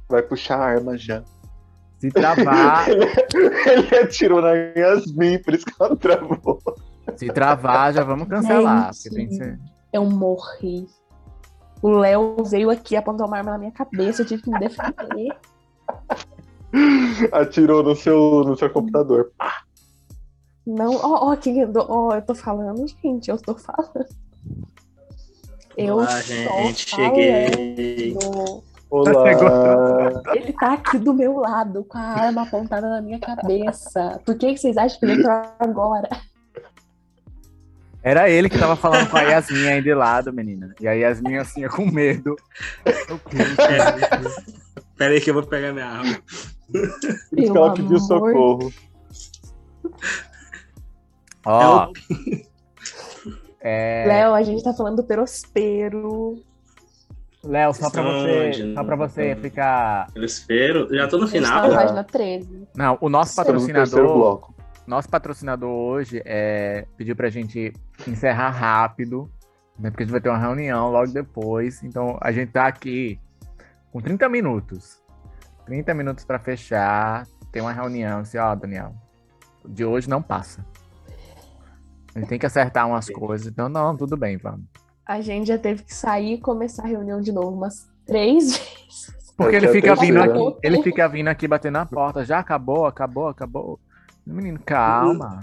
Vai puxar a arma já. (laughs)
Se travar, (laughs)
Ele atirou na Yasmin, por isso que ela travou.
se travar, já vamos cancelar.
Gente.
porque tem que ser-
É.
Eu morri. O Léo veio aqui apontou uma arma na minha cabeça, eu tive que me defender.
Atirou no seu, no seu computador.
Não, ó, ó, quem andou, ó, eu tô falando, gente, eu tô falando. Eu
Olá,
tô
gente,
falando.
cheguei.
Você
Olá.
Ele tá aqui do meu lado, com a arma apontada na minha cabeça. Por que, que vocês acham que ele entrou agora?
Era ele que tava falando com a Yasmin aí de lado, menina. E a Yasmin assim, com medo. Eu
Pera aí que eu vou pegar minha arma.
Por isso que
Pelo
ela pediu
amor
socorro.
Ó. É,
Léo, a gente tá falando do perospero.
Léo, só pra você,
Sanji,
só pra
né? Uhum.
você
não.
ficar.
Perospero, já tô no
A gente
final.
tá na página 13.
Não, o nosso
Estamos no terceiro
patrocinador,
bloco.
nosso patrocinador hoje é, pediu pra gente encerrar rápido, né? Porque a gente vai ter uma reunião logo depois. Então a gente tá aqui com 30 minutos. 30 minutos pra fechar. Tem uma reunião, assim, ó, Daniel. De hoje não passa. A gente tem que acertar umas coisas. Então, não, tudo bem, vamos.
A gente já teve que sair e começar a reunião de novo umas três vezes.
Porque ele
Aqui é a
fica vindo
terceira.
aqui, ele fica vindo aqui batendo na porta, já acabou, acabou, acabou. Menino, calma.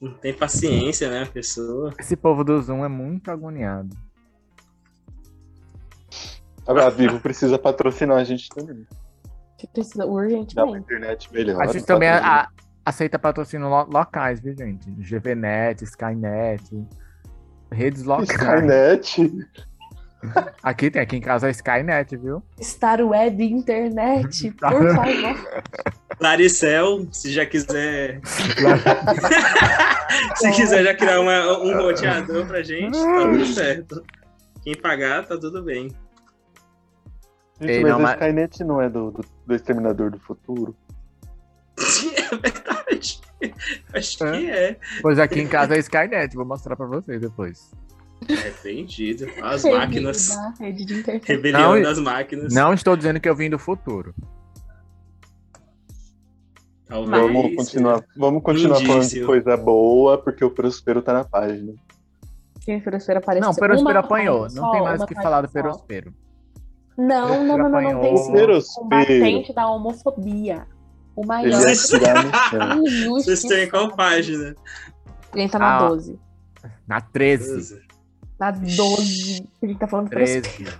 Não tem paciência, né, pessoa?
Esse povo do Zoom é muito agoniado.
A Vivo precisa patrocinar a gente também.
Você precisa né?
Dá uma
urgentemente.
internet melhor. um
A gente também é
patrocina.
a- aceita patrocínio lo- locais, viu, gente? GVNet, Skynet, redes locais.
Skynet.
Aqui tem, aqui em casa é Skynet, viu?
Star
(laughs)
Web Internet, por favor.
Laricel, se já quiser. (laughs) se quiser já criar uma- um roteador pra gente, tá tudo certo. Quem pagar, tá tudo bem. (laughs)
Gente,
Ei,
mas
não,
a
mas-
Skynet não é do, do, do Exterminador do Futuro.
É verdade. Acho que é.
Pois aqui em casa é Skynet, vou mostrar pra vocês depois.
Arrependido. É As
Rede
máquinas.
da Rede de internet.
Rebelião
Não,
das máquinas.
Não estou dizendo que eu vim do futuro.
Talvez.
vamos continuar, vamos continuar falando de
Indício.
coisa boa, porque o Prospero tá na página.
Quem Perospero apareceu.
Não, o Perospero
Uma
apanhou.
página
Não tem
só,
mais o
uma
que
página
falar do
só.
Perospero.
Não, não, não, não, não tem
O
sim.
Perospero.
Combatente da homofobia. O
Ele
maior
é tirado no
(laughs)
chão.
injusto.
Tá. Vocês têm qual página?
Ele tá na
Ah.
12.
Na 13.
Na 12. Ele tá falando Perospero.
13.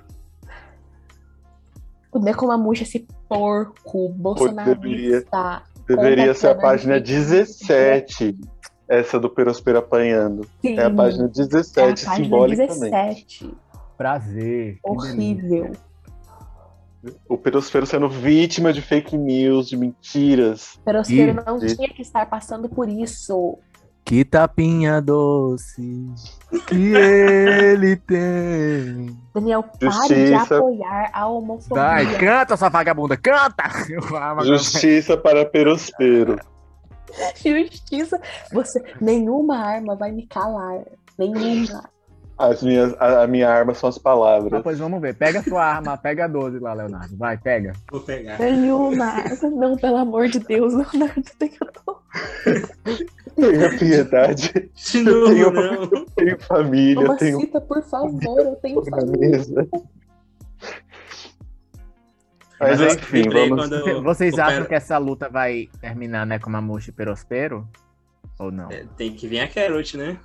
O Necomamuxa, esse porco bolsonarista.
Deveria ser a
Completamente.
página 17, essa do Perospero apanhando.
Sim,
É a página
é a
17,
página
simbolicamente.
17.
Prazer. que delícia.
Horrível.
O Perospero sendo vítima de fake news, de mentiras.
Perospero não
Ih.
tinha que estar passando por isso.
Que tapinha doce que ele tem.
Daniel, pare de
Justiça.
apoiar a homofobia. (laughs)
Vai, canta, sua vagabunda, canta! Eu amo a
Justiça para Perospero.
Justiça. Você, nenhuma arma vai me calar. Nenhuma.
As minhas, a, a minha arma são as palavras.
Ah, pois vamos ver. Pega sua arma, pega a 12 lá, Leonardo. Vai, pega.
Vou pegar.
Leonardo, não, pelo amor de Deus, Leonardo, tem que eu tô.
Tenha piedade.
De novo,
Tenho-
não.
Tenho família,
Uma
tenho
cita, por favor, eu
(laughs)
tenho
pão na
família.
mesa. Mas
Mas
enfim,
lembrei
vamos.
quando eu-
(laughs) Vocês
eu
acham
quero-
que essa luta vai terminar, né, com Mamushi e Perospero? Ou não?
É, Tem que vir a Carrot, né?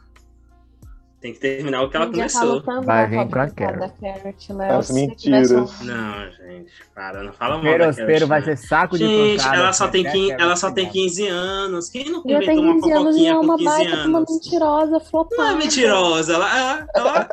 Tem que terminar o que ela
Ninguém tá
começou.
lutando,
Vai
né,
vir
Rob,
com a
coitada da
Carrot.
Carrot, né?
As
Eu sei que
mentiras.
vai ser um-
Não, gente, para, não fala mal da
Perospero
Carrot,
vai
né?
ser saco de
Gente,
pancada, né?
ela só,
até
tem
a
quin-
Carol
ela só tem
chegar.
15 anos. Quem não
Ela tem
inventou uma
15 anos e é
fofoquinha com
uma
15
baita de uma
anos?
mentirosa, flopada.
Não é mentirosa. Ela, ela, ela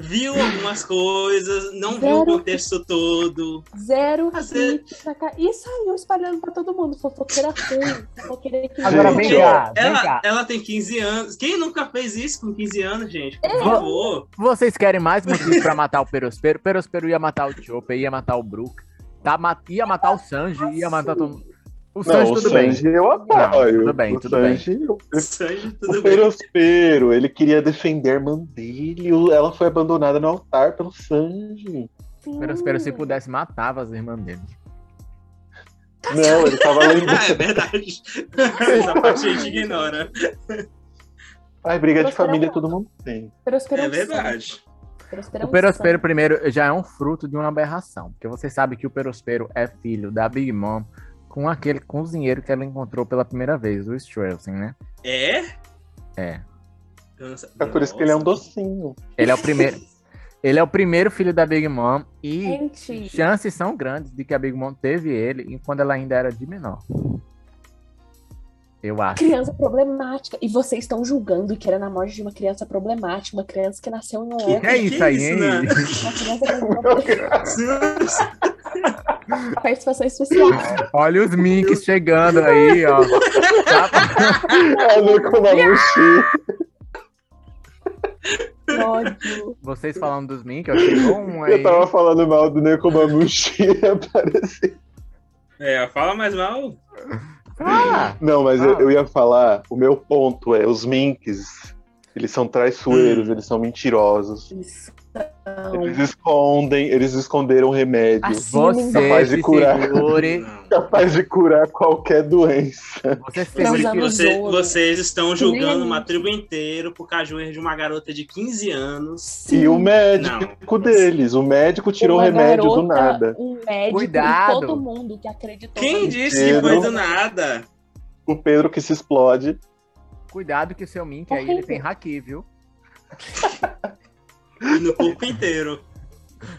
viu algumas coisas, não viu
Zero.
o contexto todo.
Zero
Às vezes-
hits na cara. E saiu espalhando pra todo mundo. Fofoqueira ruim, fofoqueira que...
Agora
Gente,
vem cá, vem
Ela,
cá.
ela tem 15 anos. Quem nunca fez isso com 15 anos, gente? Por favor.
Vocês querem mais motivo pra matar o Perospero? O Perospero ia matar o Chope, ia matar o Brook, tá, ma- ia matar o Sanji, ia matar todo mundo. O
Não,
Sanji,
o
tudo
Sanji
bem.
eu apoio.
Não, tudo bem,
o
tudo
Sanji, eu
Sanji, tudo
O
bem.
Perospero, ele queria defender a irmã dele. o- Ela foi abandonada no altar pelo Sanji.
O Perospero, se pudesse, matava as irmãs dele.
Tá
Não, ele tava
(laughs) Ah, é
lembrando.
verdade. Essa parte a gente ignora.
Ai, briga de
Perospero é
família
um
todo mundo tem.
Perospero
É
um
verdade.
santo, Perospero é
O
um
Perospero, primeiro, já é um fruto de uma aberração. Porque você sabe que o Perospero é filho da Big Mom com aquele cozinheiro que ela encontrou pela primeira vez, o Strelsen, né?
É?
É.
Eu não sa-
É por isso que ele é um
Nossa.
docinho.
Ele é o primeiro. ele é o primeiro filho da Big Mom e
santo. (laughs) Gente,
chances são grandes de que a Big Mom teve ele enquanto ela ainda era de menor. Eu acho.
criança problemática. E vocês estão julgando e querendo a morte de uma criança problemática, uma criança que nasceu em um
Que-
Que
óculos,
é isso
Que
aí,
isso,
hein?
né?
uma criança que nasceu com uma participação especial.
(laughs) Olha os minks chegando aí, ó. Tá-
Ela com uma mochila.
Que ódio.
Vocês falando dos minks, eu achei bom um aí.
Eu tava falando mal do Nekomamushi (laughs) apareceu.
É, fala mais mal.
Ah,
Não, mas
Ah.
eu, eu ia falar, o meu ponto é, os minks, eles são
Hum.
traiçoeiros, eles são mentirosos.
Isso.
Eles escondem, eles esconderam remédio.
Assinem
você é
Capaz de
se
curar.
segure.
Não.
Capaz de curar qualquer doença.
Você é se
Não,
segure
já
que
não-
Você-
Zoa. né?
vocês estão
Nem
julgando
a
uma
gente.
tribo inteira por causa de um erro de uma garota de 15 anos.
Sim.
E o médico
Não.
deles, o médico tirou o
Uma
remédio
garota,
do nada.
Um médico
Cuidado.
e todo mundo que acreditou.
Quem
na-
disse que
Eu
foi
não-
do nada?
O Pedro que se explode.
Cuidado que o seu Mink aí
Horrível.
ele tem haki, viu?
E no corpo inteiro.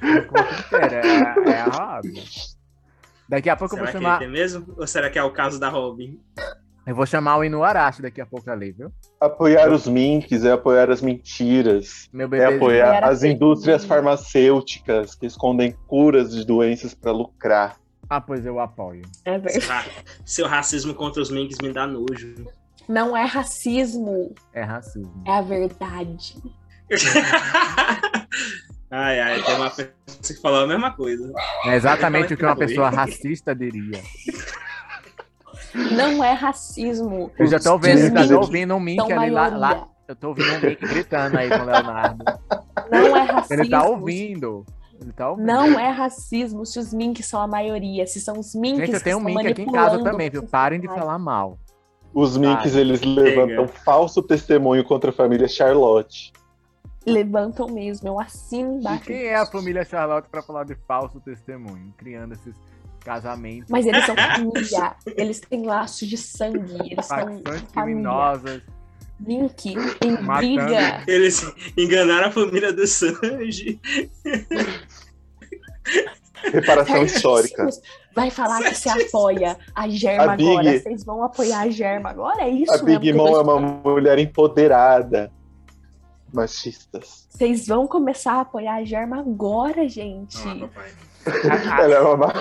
O corpo inteiro, É, é a Robin. Daqui a pouco eu
será
vou
que
chamar.
ele tem mesmo? Ou será que é o caso da Robin?
Eu vou chamar o Inuarashi daqui a pouco ali, viu?
Apoiar os minks é apoiar as mentiras.
Meu
É
bebê.
apoiar
Era
as
fake
indústrias
news.
farmacêuticas que escondem curas de doenças para lucrar.
Ah, pois eu apoio.
É verdade.
Seu, ra- Ah, seu racismo contra os Minks me dá nojo.
Não é racismo,
É racismo.
é a verdade.
(laughs) ai, ai, tem uma pessoa que falou a mesma coisa.
É exatamente o que uma
Falei.
pessoa racista diria.
Não é racismo.
Eu já tô
Os
vendo, já
minks,
tô ouvindo um Mink
Então,
ali lá,
maioria.
lá- Eu tô ouvindo um Mink gritando aí com o Leonardo.
Não é racismo.
(laughs) Ele tá ouvindo. Ele tá ouvindo.
Não é racismo se os minks são a maioria, se são os minks
Gente, eu
que
tenho um
estão
Mink aqui em casa
manipulando.
também, viu? Parem de falar mal.
Os minks, eles levantam falso testemunho contra a família Charlotte.
Levantam mesmo, eu assino
E
embaixo.
quem é a família Charlotte pra falar de falso testemunho? Criando esses casamentos, (laughs)
Mas eles são família, eles têm laços de sangue, eles são
facções
família.
criminosas.
Mink em
Matando.
briga.
Eles enganaram a família do Sanji.
(laughs)
Reparação histórica.
Vai falar que você apoia a Germa
A Big-
agora. Vocês vão apoiar a Germa agora? É isso
A
mesmo
Big
que
Mom
vocês-
é uma mulher empoderada. Machistas.
Vocês vão começar a apoiar a Germa agora, gente.
Ah,
Não, é papai.
Ela é uma-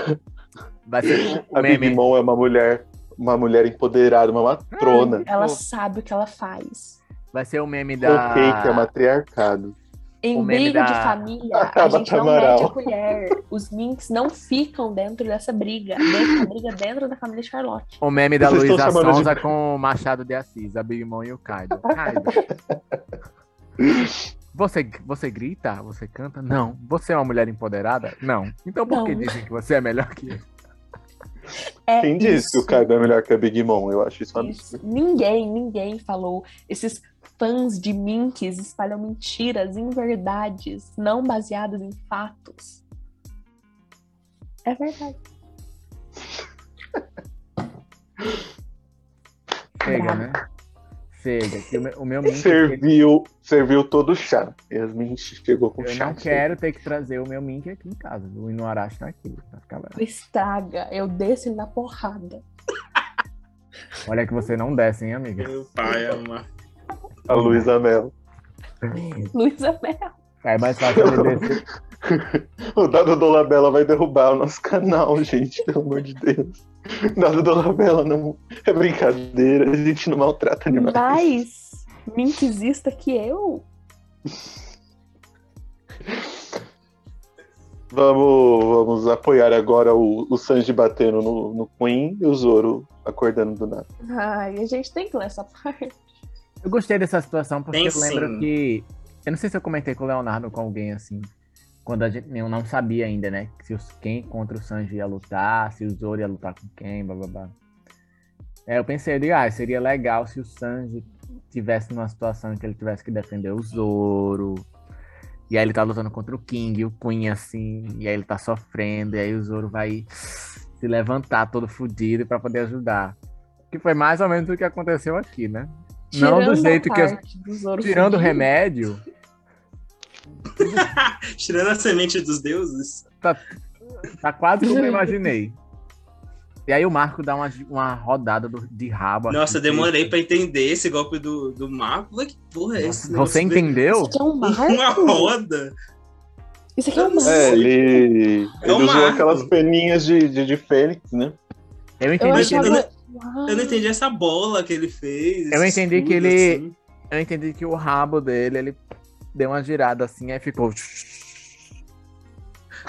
Vai ser Ah. o
a Big
meme.
Mom é uma mulher, uma mulher empoderada, uma matrona.
Ela
Pô.
sabe o que ela faz.
Vai ser o meme da.
Ok, que é matriarcado.
Em
O meme
briga
da-
de
(laughs)
família, a
Acaba
gente não
Tamaral.
mete a colher. Os minks não ficam dentro dessa briga. Deixa a briga dentro da família Charlotte.
O meme da
Vocês estão
Luísa
chamando de-
Sonza
(laughs)
com o Machado de Assis, a Big Mom e o Kaido. Kaido. Você, você grita? Você canta? Não. Você é uma mulher empoderada? Não. Então por que
Não.
dizem que você é melhor que eu?
É
Quem disse que o
isso.
Kaido é melhor que a Big Mom? Eu acho isso um absurdo.
Isso. Ninguém, ninguém falou. Esses fãs de minks espalham mentiras, inverdades, não baseadas em fatos. É verdade.
Chega,
Bravo.
né? Chega. que o meu, o meu mink aqui-
Serviu, serviu todo o chá. Yasmin chegou com
Eu
chá.
não quero ter que trazer o meu mink aqui em casa. O Inuarashi tá aqui. Tá ficando...
Estraga. Eu desço ele na porrada.
Olha que você não desce, hein, amiga?
Meu pai, é amado.
A Luísa Mel.
Luísa Mel.
É mais fácil ele descer.
O Dado Dolabella vai derrubar o nosso canal, (laughs) gente, pelo amor de Deus. Dado Dolabella não. É brincadeira, a gente não
É
maltrata animais.
Mais minkzista que eu.
Vamos, vamos apoiar agora o, o Sanji batendo no, no Queen e o Zoro acordando do nada.
Ai, a gente tem que ler essa parte.
Eu gostei dessa situação porque
Tem
eu lembro
sim.
que. Eu não sei se eu comentei com o Leonardo ou com alguém assim. Quando a gente eu não sabia ainda, né? Se os, quem contra o Sanji ia lutar, se o Zoro ia lutar com quem, blá blá blá. É, eu pensei, eu digo, ah, seria legal se o Sanji tivesse numa situação em que ele tivesse que defender o Zoro. E aí ele tá lutando contra o King, o Queen, assim, e aí ele tá sofrendo, e aí o Zoro vai se levantar todo fudido pra poder ajudar. Que foi mais ou menos o que aconteceu aqui, né? Não do
Tirando a
jeito que eu-
parte do Zoro
Tirando o
fudido,
remédio,
Tirando a semente dos deuses.
tá quase
(laughs)
como eu imaginei. E aí o Marco dá uma, uma rodada do- de rabo. assim, aqui.
Nossa, eu demorei pra entender esse golpe do, do mapa. Ué, Que porra é esse?
Você
negócio
entendeu?
Isso aqui é um
dele? Uma
marco.
roda.
Isso aqui é um marco.
É, ele,
É
ele
um
usou
marco.
aquelas peninhas de, de, de Fênix, né?
Eu
Eu
entendi, que
achava-
ele,
achava... Uau.
Eu não entendi essa bola que ele fez.
Eu entendi
escudo,
que ele-
assim.
eu entendi que o rabo dele, ele deu uma girada assim, aí ficou.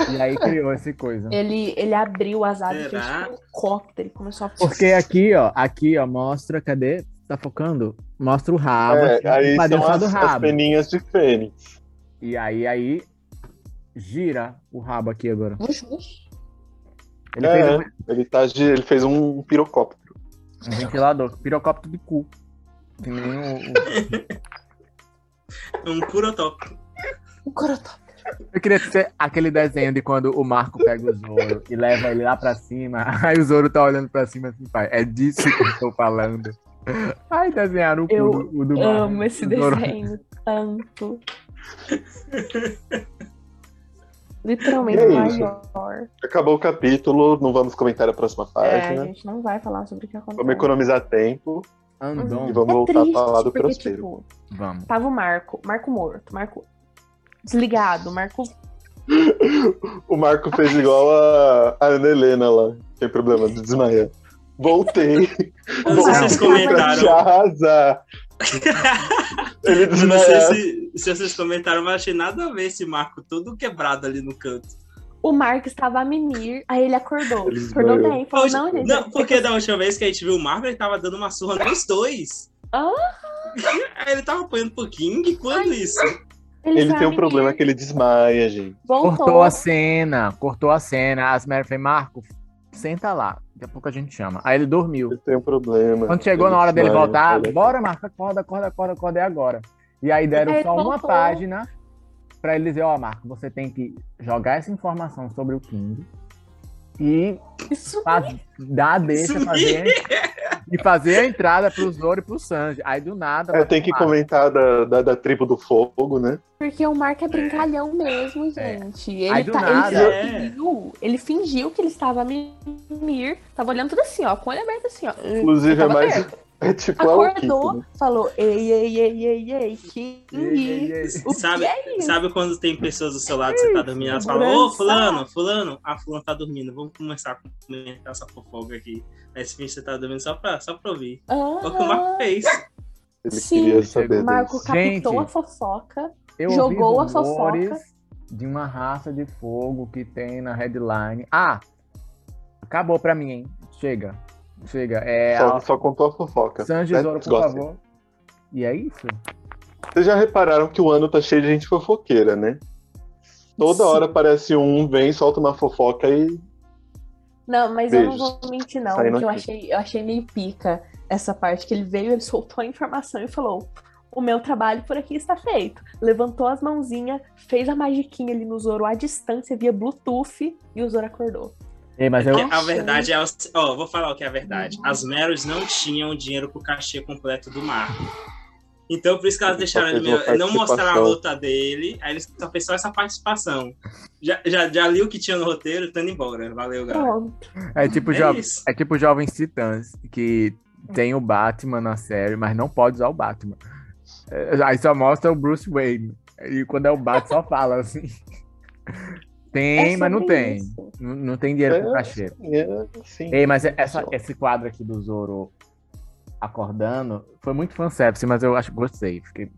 E aí criou essa
(laughs)
coisa.
Ele, ele abriu as asas de um
Será?
helicóptero e começou a
Porque aqui, ó, aqui, ó, mostra, cadê? Tá focando? Mostra o rabo.
É,
assim,
aí
mas deu
são
só
as,
do
as
rabo.
peninhas de Fênix.
E aí, aí, gira o rabo aqui agora.
Vux, vux.
Ele
É,
fez um
Ele, tá, de- ele fez um pirocóptero.
Um ventilador. Pirocóptero de cu. Que nem o- o-
É um curotop.
O tá corotó.
Eu queria ter aquele desenho de quando o Marco pega o Zoro e leva ele lá pra cima. (laughs) Aí o Zoro tá olhando pra cima assim, pai. É disso que eu tô falando. Aí desenharam o cu
Eu
do- o do Marco.
Amo esse
O Zoro-
desenho
(laughs)
tanto. Literalmente
E é
o
isso.
maior.
Acabou o capítulo, não vamos comentar a próxima
É,
página.
a gente não vai falar sobre o que
Vamos
aconteceu.
economizar tempo e
Andon.
vamos
É
voltar
triste,
a falar do
porque,
Prospero.
tipo,
Vamos.
tava o Marco, Marco morto, Marco desligado, Marco
O Marco
(laughs)
fez igual a, a Ana Helena lá, tem problema de desmaiar. Voltei.
Eu não sei
voltei
se (laughs) vocês
pra
comentaram.
casa. Ele é.
Eu não sei
desmaiou.
se, se vocês comentaram, mas achei nada a ver esse Marco todo quebrado ali no canto.
o Marco estava a mimir, aí ele acordou.
Ele
acordou
desmaiou.
bem, falou,
Hoje-
não, gente.
tipo, Não, porque da última vez que a gente viu o Marco, ele tava dando uma surra
(gasps)
nos dois.
Ah!
Aí ele tava apanhando pro King, quando isso?
Ele
foi a
tem um
mimir,
é.
problema que ele desmaia, gente.
Cortou
Voltou,
a cena. Cortou a cena. As Mary fez, Marco, senta lá. Daqui a pouco a gente chama. Aí ele dormiu.
Ele tem um problema.
Quando chegou
Ele
na hora dele
desmaia,
voltar,
olha.
bora, Marco, acorda, acorda, acorda, acorda, é agora. E aí deram
Aí
só
ele
uma
voltou.
página pra ele dizer, ó, Marco, você tem que jogar essa informação sobre o King e
isso
faz- dar a deixa
Sumir.
fazer e fazer a entrada pro Zoro e pro Sanji. Aí do nada...
É,
Ah.
tem que
Marco,
comentar da, da, da tribo do fogo, né?
Porque o Marco é brincalhão mesmo, gente.
É. Aí
Ele,
do
tá,
nada- né?
ele fingiu, ele fingiu que ele estava a mimir, tava olhando tudo assim, ó, com o olho aberto assim, ó.
Inclusive, é
Então,
Tava
mais.
aberto.
(laughs) É tipo a Okito,
Acordou,
né?
falou, ei, ei, ei, ei, ei, King.
Ei, ei, ei.
O
Sabe-
que é isso?
Sabe quando tem pessoas do seu lado que você tá dormindo, elas falam, ô fulano, fulano, a fulano tá dormindo, vamos começar a comentar essa fofoca aqui. Aí você finge que você tá dormindo só pra, só pra ouvir.
é
Olha o que o Marco
Aham.
fez.
Ele
Sim.
queria saber
O Ah, Marco
disso.
captou
Gente.
a fofoca.
eu
jogou
ouvi
a fofoca.
rumores de uma raça de fogo que tem na headline. Ah, acabou pra mim, hein? Chega. Chega. É, a-
Só, só contou a fofoca.
Sanji
né?
Zoro, por
Gosta.
favor. E é isso.
Vocês já repararam que o ano tá cheio de gente fofoqueira, né?
Sim.
Toda hora aparece um, vem, solta uma fofoca e.
Não, mas eu não
Beijos.
vou mentir, não.
Saindo
Porque eu
aqui.
achei, eu achei meio pica essa parte que ele veio, ele (laughs) soltou a informação e falou: O meu trabalho por aqui está feito. Levantou as mãozinhas, fez a magiquinha ali no Zoro à distância via Bluetooth e o Zoro acordou.
Ei, mas eu,
Porque É a verdade é. o- Ó, vou falar o que é a verdade. As Marys não tinham dinheiro pro cachê completo do Marco. Então, por isso que elas deixaram
fez
ele meio-
uma
não mostraram a
participação.
luta dele, aí ele só fez só essa participação. Já, já, já li o que tinha no roteiro, tá indo embora. Valeu, galera.
Pronto.
É tipo,
É
jovem,
isso.
é tipo Jovens Titãs, que tem o Batman na série, mas não pode usar o Batman. É, Aí só mostra o Bruce Wayne. E quando é o Batman, só fala assim. (laughs) Tem,
É
mas não
sobre
tem.
isso.
Não, não tem dinheiro pro
É.
cachê.
é assim.
Ei, mas essa-
é-
esse quadro aqui do Zoro acordando foi muito fanservice, mas eu acho gostei. Fiquei...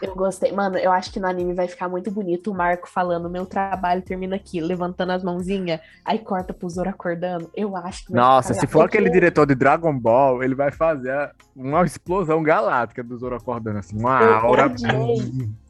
Eu gostei. Mano, eu acho que no anime vai ficar muito bonito o Marco falando: Meu trabalho termina aqui, levantando as mãozinhas, aí corta pro Zoro acordando. Eu acho que. vai
Nossa,
ficar-
se for aquele
é, Porque-
diretor de Dragon Ball, ele vai fazer uma explosão galáctica do Zoro acordando, assim, uma
Eu
aura.
odiei.
(laughs)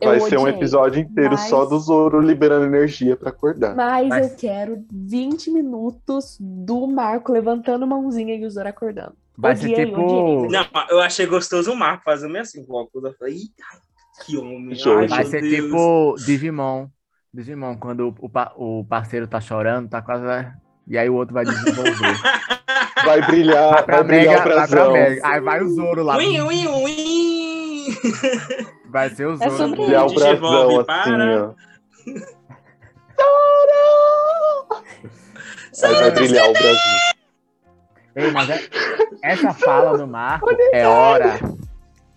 Eu
Vai ser um
odiei.
episódio inteiro
mas-
só do Zoro liberando energia pra acordar.
Mas,
Mas-
eu quero 20 minutos do Marco levantando mãozinha e o Zoro acordando.
Vai ser
Odiei,
tipo.
odiei.
Não, eu achei gostoso o Marco fazendo meio assim com o óculos. Eu falei, "Ih, ai, que homem.
Jojo.
Ai,
Vai
meu
ser
Deus."
tipo Digimon. Digimon, quando o, pa- o parceiro tá chorando, tá quase. E aí o outro vai desenvolver.
Vai brilhar, vai,
Vai pra
brilhar
Mega, vai
o
pra
brasão.
Mega. Aí vai o Zoro lá.
Ui, ui, ui.
Vai ser o Zoro.
É sobre
Brilhar o
Gente, Bob,
brasão, assim,
para.
ó. Aí vai brilhar o Brasil.
Ei, mas é- essa fala do Marco é hora.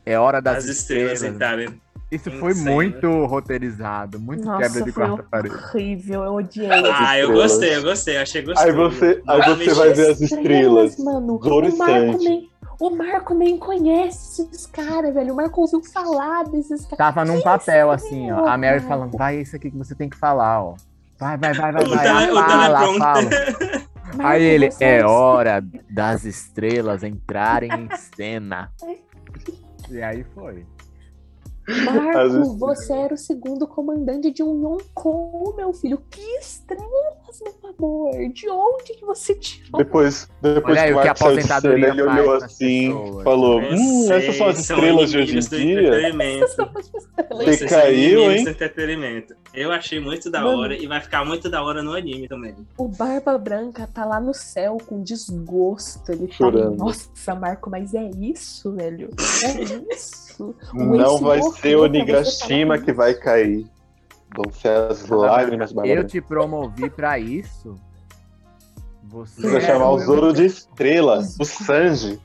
É hora das
As estrelas
estrelas.
entraram.
Isso foi
Insano.
muito roteirizado, muito
Nossa,
quebra de
foi
quarta parede.
Horrível, eu odiei.
Ah, eu
estrelas.
gostei, eu gostei, achei gostoso.
Aí você, aí
Não
você vai
mexi.
ver as estrelas.
mano.
Zoro
o, Marco
Estante.
nem, o Marco nem conhece esses caras, velho. O Marco ouviu falar desses caras.
Tava num
Que
papel,
estranho,
assim, ó. A Mary
cara.
falando, vai, é isso aqui que você tem que falar, ó. Vai, vai, vai, vai,
O,
vai.
tele, o é
fala, fala.
teleprompter.
Marco,
Aí ele,
você
é
sabe-
hora das estrelas entrarem
(laughs)
em cena.
E aí foi.
Às
Marco,
vezes-
você era o segundo comandante de um Yonkou, meu filho. Que estrelas, meu amor. De onde que você tirou?
Depois, depois
Olha aí
que
o que a
Marco saiu de cena,
aposentadoria
ele
faz
olhou
pras
assim,
pessoas.
falou: Hum,
Vocês
essas são as
são
estrelas de hoje
inimigos do
em dia.
entretenimento.
Você
Vocês são
caiu,
inimigos
hein?
do entretenimento. Eu achei muito da
Mano.
hora e vai ficar muito da hora no anime também.
O Barba Branca tá lá no céu com desgosto. Ele fala,
Chorando.
nossa, Marco, mas é isso, velho? É isso.
Não
esse
vai
morto
ser
não, pra
Onigashima
você falar
que vai cair. Vão ser as lágrimas
Eu
baratas.
te promovi pra isso. Você
Vai
é
chamar
o
o
meu-
Zoro de estrela, o Sanji.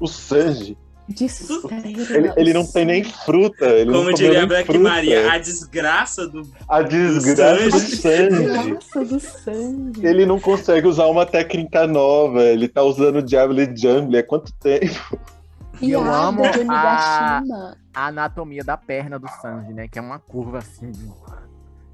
O Sanji.
De estrela,
Ele, ele não
(laughs)
tem nem fruta. Ele
Como
não comeu
diria
nem
Black
fruta.
Maria, a desgraça do.
A desgraça do Sanji.
Graça do sangue.
Ele não consegue usar uma técnica nova. Ele tá usando Javelin Jumble há quanto tempo?
E
Eu
a
amo
árvore de
a-
Onigashima.
a anatomia da perna do Sanji, né? Que é uma curva assim. de-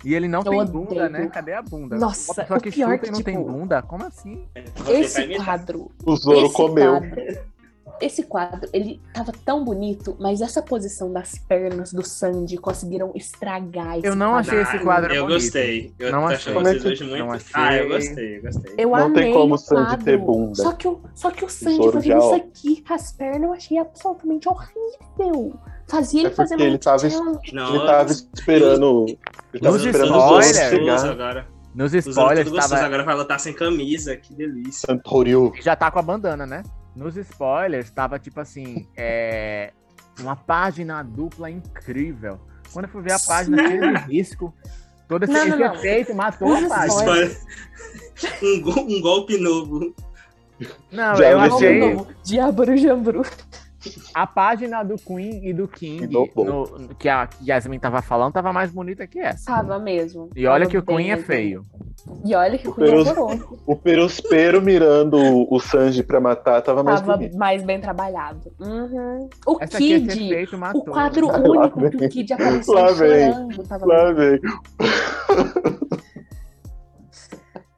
E ele não
Eu
tem
odeio.
bunda, né? Cadê a bunda?
Nossa,
Uma pessoa
o
que
pior
chuta
que,
e não tem
tipo,
bunda? Como assim?
Vai
Esse
imitar.
quadro.
O Zoro
esse
comeu.
Quadro, esse quadro, ele tava tão bonito, mas essa posição das pernas do Sandy conseguiram estragar esse
Eu não
quadro.
achei esse quadro
Eu
bonito.
gostei. Eu
Não
tô
achei.
achando
Como é
vocês
que-
hoje muito.
não
Ah, eu
achei.
gostei, eu gostei.
Eu
Não tem
amei
como
o
o Sandy
quadro.
ter bunda.
Só que, o- só que o Sandy
Zoro já,
fazendo isso
ó.
aqui com as pernas eu achei absolutamente horrível. Fazia ele
É porque
fazendo
ele
um
tava-
challenge.
Não,
Ele tava esperando. Ele tava
Nos
esperando o Zoro
spoilers.
gostoso
chegar.
agora.
Nos
O Zoro
spoilers
tudo gostoso.
tava...
Agora vai lutar sem camisa, que delícia.
Santoriu.
já tá com a bandana, né? Nos spoilers tava tipo assim, é... uma página dupla incrível. Quando eu fui ver a página cheia
(laughs)
de risco, todo esse,
Não, não,
esse
não.
efeito matou a
Os
página.
spoilers-
(laughs) um, go- um golpe novo.
Não,
Já
eu
vi
achei
sim.
Diabro Jambru.
a página do Queen e do King,
E do Paul.
no- que a que Yasmin tava falando, tava mais bonita que essa.
Tava mesmo.
E olha
Tava
que o
bem
Queen é
legal.
feio.
E olha que o Queen é
Peru-
adorou.
O Perospero mirando o, o Sanji pra matar tava é mais
Tava
bonito.
mais bem trabalhado. Uhum. O
Essa aqui é esse
Kid.
efeito matou.
O quadro
Lá
único
vem.
que o Kid apareceu
Lá vem.
chorando. Tava
Lá, velho.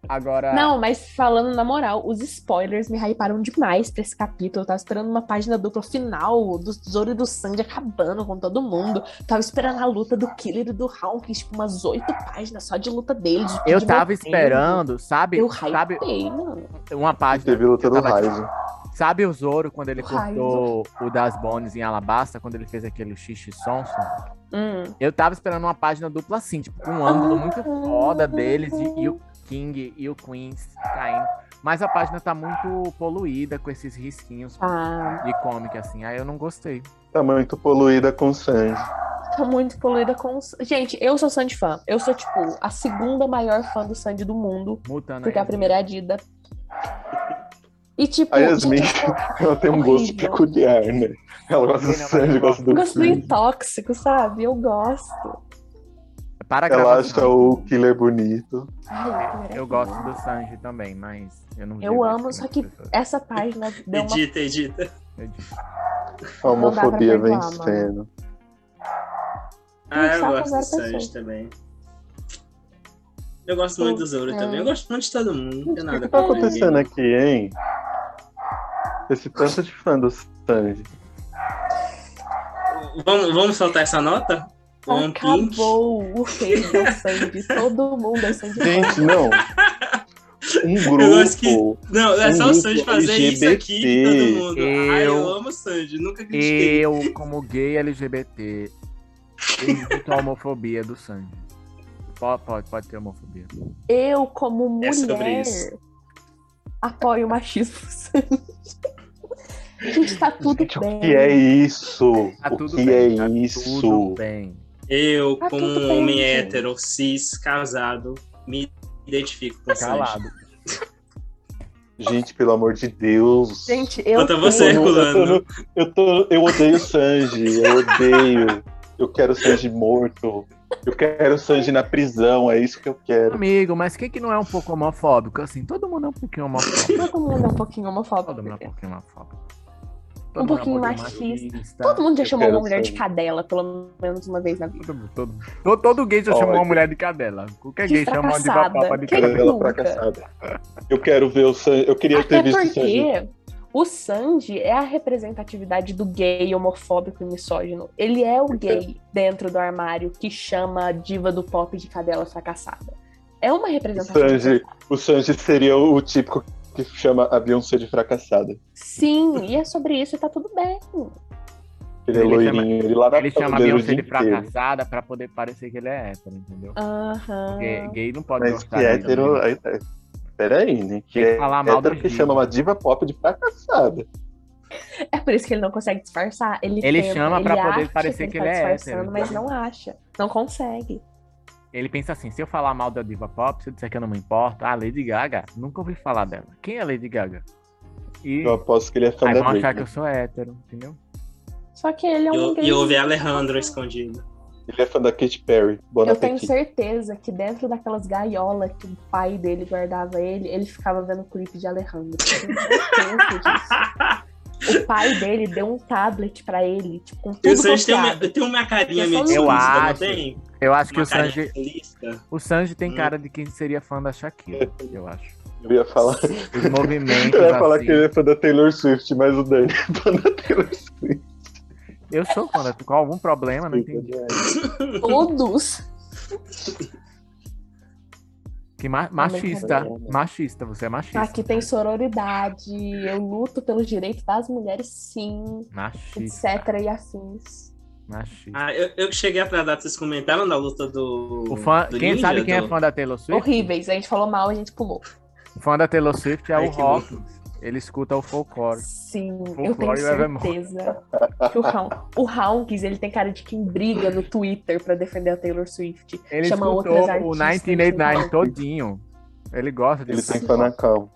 Agora.
Não, mas falando na moral, os spoilers me hyparam demais pra esse capítulo. Eu tava esperando uma página dupla final do Zoro e do Sanji acabando com todo mundo. Tava esperando a luta do Killer e do Hawkins, tipo, umas oito páginas só de luta deles. de
Eu
tudo
tava
batendo.
esperando, sabe?
Eu
sabe
hypei, mano.
uma página.
Teve luta do
Eu tava, tipo,
Raiden.
Sabe o Zoro quando ele
O
cortou o das Bones em Alabasta, quando ele fez aquele xixi sonso?
Hum.
Eu tava esperando uma página dupla assim, tipo, com um
Ah,
ângulo muito foda deles e, e o King e o Queen caindo. Mas a página tá muito poluída com esses risquinhos
Ah,
de comic, assim. Aí eu não gostei.
Tá muito poluída com sangue.
tá muito poluída com. os- Gente, eu sou Sandy fã. Eu sou, tipo, a segunda maior fã do Sandy do mundo.
Mutando
Porque a
aí.
primeira é a Dida. E, tipo.
A Yasmin,
gente, eu
ela tem um gosto
Horrível.
peculiar, né? Ela gosta do
Sim, não, mas
sangue,
eu
gosta do
eu gosto
sangue.
meio tóxico, sabe? Eu gosto.
Para a
Ela
gravação.
acha é o killer bonito.
Ai, é primeira
Eu
vez.
gosto do Sanji também, mas eu não
Eu
digo
amo,
isso
só
nas
que-
pessoas.
Essa página deu uma
Edita, edita.
Eu digo.
A
Não dá pra
homofobia
perdoar, mano.
vencendo.
Ah, eu
Puxa,
gosto do
agora tá
Sanji
certo.
também. Eu gosto muito do Zoro
É.
também. Eu gosto muito de todo mundo. Não tem
O que,
nada
que tá
contra
acontecendo
ninguém.
aqui, hein? Esse tanto de fã do Sanji.
Vamos, vamos soltar essa nota? One Pink.
Acabou o fake do sangue. Todo mundo é sangue.
Gente,
(laughs)
não. Um
Eu acho que-
grupo.
Não, é só o
Muito
Sanji fazer isso aqui
LGBT.
todo mundo. Ai, eu
Eu-
amo o Sanji, nunca critiquei.
Eu, como gay LGBT, tenho muita homofobia do Sanji. Pode, pode, pode ter homofobia.
Eu, como
É
mulher,
sobre isso.
apoio o machismo (laughs) do sangue. Gente, tá tudo
Gente,
bem.
o que é isso?
Tá
o
tudo
que
bem,
é
tá Tudo
isso?
bem.
Eu,
Tá
como
tudo
um
bem,
homem
gente.
hétero, cis, casado, me identifico com o Sanji.
Calado.
Gente, pelo amor de Deus.
Gente, eu.
Quanto a
tenho-
você,
Eu tô no- eu tô
circulando.
no- Eu, tô, eu odeio Sanji, eu odeio. Eu quero Sanji morto. Eu quero Sanji na prisão, é isso que eu quero.
Amigo, mas quem que não é um pouco homofóbico? Assim, todo mundo é um pouquinho homofóbico.
Todo mundo é um pouquinho
Todo mundo é um
homofóbico.
pouquinho homofóbico.
Um
mundo é
pouquinho Todo
Todo,
mundo já
Eu
chamou
quero
uma mulher de
sangue.
cadela, pelo menos uma vez na vida.
mundo- todo, todo, todo gay já chamou
Olha.
uma mulher de cadela. Qualquer
Que
gay chama de
fracassada.
papapa de
Que-
cadela.
Ela
nunca?
fracassada. Eu quero ver o Sanji. Eu queria ter
Até
visto o Sanji.
porque o Sanji é a representatividade do gay homofóbico e misógino. Ele é
Então
o gay dentro do armário que chama a diva do pop de cadela fracassada. É uma
O
representatividade.
Sanji, o Sanji seria o típico que chama a Beyoncé de fracassada.
Sim, e é sobre isso e tá tudo bem.
Ele é
Ele
loirinho,
chama-
ele lá
Ele chama a
cabelo o
Beyoncé
dia
de
inteiro.
fracassada pra poder parecer que ele é hétero, entendeu?
Aham.
Porque gay não pode
Mas
gostar
que
dele,
hétero.
né?
aí, é, Peraí, né? Que
Tem que
é
falar mal
hétero
do
que
Gil.
chama uma diva pop de fracassada.
É por isso que ele não consegue disfarçar. Ele,
Ele
tenta,
chama
ele
pra poder
acha
parecer que
tá
ele é
disfarçando,
hétero,
mas
entendeu?
não acha. Não consegue.
Ele pensa assim, se eu falar mal da diva pop, se eu disser que eu não me importo, ah, Lady Gaga, nunca ouvi falar dela. Quem é Lady Gaga? E
Eu aposto que ele é fã
aí
da
vão achar que
Britney.
eu sou hétero, entendeu?
Só que ele é um
E
gay.
e houve Alejandro escondido. (laughs)
Ele é fã da Katy Perry. Bon
Eu tenho
apetite.
certeza que dentro daquelas gaiolas que o pai dele guardava ele, ele ficava vendo o clipe de Alejandro. Eu tenho certeza disso. O pai dele deu um tablet pra ele, tipo, com
E o
tudo
Sanji tem uma,
copiado.
tem uma carinha
Eu
meio
só
não- Eu
solista, não
acho
tem?
Eu acho que
Uma
o Sanji,
carinha solista.
o Sanji tem
Hum.
cara de quem seria fã da
(laughs)
Shakira, eu acho.
Eu ia falar,
Os movimentos
(laughs) eu ia falar
assim.
que ele é fã da Taylor Swift, mas o Dani é fã da Taylor Swift.
Eu sou fã, da- com algum problema, não entendi.
Todos.
Que ma- machista,
né?
brincadeira.
machista, você é machista.
Aqui tem sororidade, eu luto pelos direitos das mulheres, sim,
Machista,
etc. e afins.
machista.
Ah, eu, eu cheguei atrasado, vocês comentaram da luta do.
O fã,
Ah, do
quem
ninja,
sabe quem
do-
é fã da Taylor Swift?
Horríveis, a gente falou mal, a gente pulou.
Fã da Taylor Swift é
Ai,
o
que
rock. Ele escuta o folclore.
Sim, eu tenho
Folclore e Evermore.
certeza que o, Haun- o Hawkins, ele tem cara de quem briga no Twitter pra defender a Taylor Swift.
Ele
Chama
escutou
outras
o
artistas,
1989
então.
todinho. Ele gosta de
Ele tem
música.
fã na calma.